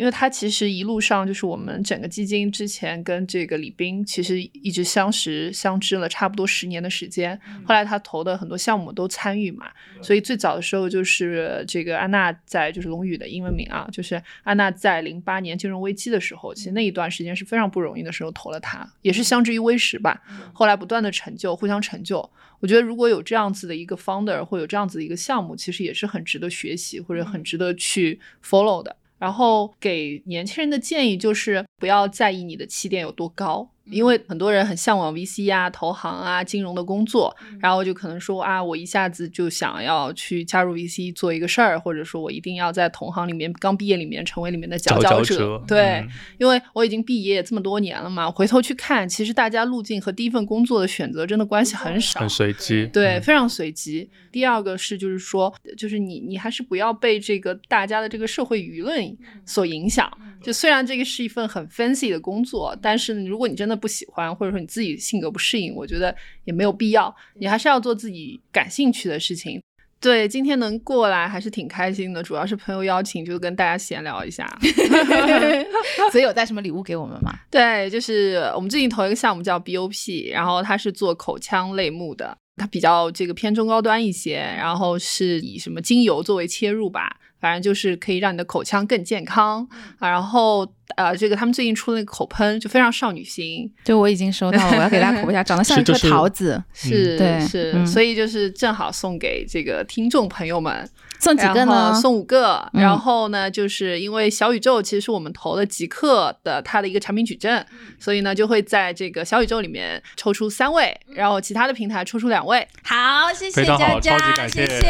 Speaker 3: 因为他其实一路上就是我们整个基金之前跟这个李斌其实一直相识相知了差不多十年的时间，后来他投的很多项目都参与嘛，所以最早的时候就是这个安娜在就是龙宇的英文名啊，就是安娜在零八年金融危机的时候，其实那一段时间是非常不容易的时候投了他，也是相知于微时吧，后来不断的成就，互相成就，我觉得如果有这样子的一个 founder 或有这样子的一个项目，其实也是很值得学习或者很值得去 follow 的。然后给年轻人的建议就是不要在意你的起点有多高，因为很多人很向往 VC 啊、投行啊、金融的工作，
Speaker 2: 嗯
Speaker 3: 然后就可能说啊，我一下子就想要去加入 VC 做一个事儿，或者说我一定要在同行里面刚毕业里面成为里面的佼
Speaker 2: 佼
Speaker 3: 者
Speaker 2: 者，，
Speaker 3: 对。
Speaker 2: 嗯
Speaker 3: 因为我已经毕业这么多年了嘛，回头去看，其实大家路径和第一份工作的选择真的关系很少
Speaker 2: 很。随机，
Speaker 3: 对，
Speaker 2: 嗯
Speaker 3: 非常随机。第二个是，就是说，就是你，你还是不要被这个大家的这个社会舆论所影响。就虽然这个是一份很 fancy 的工作，但是如果你真的不喜欢，或者说你自己性格不适应，我觉得也没有必要。你还是要做自己感兴趣的事情。对，今天能过来还是挺开心的，主要是朋友邀请，就跟大家闲聊一下。
Speaker 1: 所以有带什么礼物给我们吗？
Speaker 3: 对，就是我们最近投一个项目叫 BOP，然后它是做口腔类目的，它比较这个偏中高端一些，然后是以什么精油作为切入吧，反正就是可以让你的口腔更健康。啊、然后呃，这个他们最近出了那个口喷，就非常少女心，
Speaker 1: 就我已经收到了，我要给大家口一 下，长得像一
Speaker 2: 是就
Speaker 1: 颗
Speaker 2: 是
Speaker 1: 桃子，
Speaker 3: 是、
Speaker 1: 嗯对
Speaker 3: 是、
Speaker 1: 嗯
Speaker 3: 所以就是正好送给这个听众朋友们。
Speaker 1: 送几个
Speaker 3: 然
Speaker 1: 呢？
Speaker 3: 后送五个。
Speaker 1: 嗯
Speaker 3: 然后呢，就是因为小宇宙其实是我们投了极客的它的一个产品矩阵，
Speaker 1: 嗯
Speaker 3: 所以呢就会在这个小宇宙里面抽出三位，
Speaker 1: 嗯
Speaker 3: 然后其他的平台抽出两位。
Speaker 1: 好，谢
Speaker 2: 非
Speaker 1: 谢
Speaker 2: 常好
Speaker 1: 佳佳，
Speaker 2: 超级感谢
Speaker 1: 谢谢。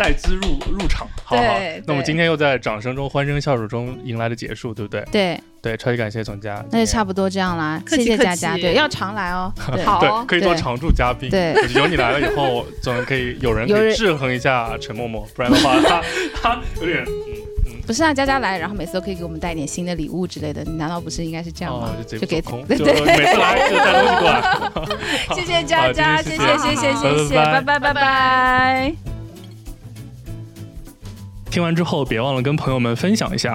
Speaker 2: 带资入入场，好好
Speaker 1: 对。
Speaker 2: 那我们
Speaker 1: 对
Speaker 2: 今天又在掌声中、欢声笑语中迎来了结束，对不对？
Speaker 1: 对，
Speaker 2: 对，超级感谢从家，
Speaker 1: 那就
Speaker 2: 今天
Speaker 1: 差不多这样啦。
Speaker 3: 客
Speaker 1: 谢
Speaker 3: 气
Speaker 1: 谢
Speaker 3: 客
Speaker 1: 佳佳，
Speaker 3: 气
Speaker 1: 对，要常来 哦。对
Speaker 3: 好
Speaker 2: 对，可以做
Speaker 1: 对
Speaker 2: 常驻嘉宾。
Speaker 1: 对
Speaker 2: 我觉得有你来了以后，总可以有人
Speaker 1: 有
Speaker 2: 可以
Speaker 1: 人
Speaker 2: 制衡一下陈默默，不然的话，他他有点嗯嗯，
Speaker 1: 不是让啊佳佳来，然后每次都可以给我们带一点新的礼物之类的，你难道不是应该是这样吗
Speaker 2: 哦，？就
Speaker 1: 就
Speaker 2: 直
Speaker 1: 给
Speaker 2: 接走空，
Speaker 1: 对
Speaker 2: 就每次来就带东西过来。
Speaker 1: 谢谢佳佳，
Speaker 2: 好
Speaker 1: 谢
Speaker 2: 今
Speaker 1: 谢
Speaker 2: 天
Speaker 1: 谢谢
Speaker 2: 好
Speaker 1: 谢谢，
Speaker 2: 拜
Speaker 1: 拜
Speaker 2: 拜
Speaker 1: 拜拜拜。
Speaker 2: 听完之后，别忘了跟朋友们分享一下。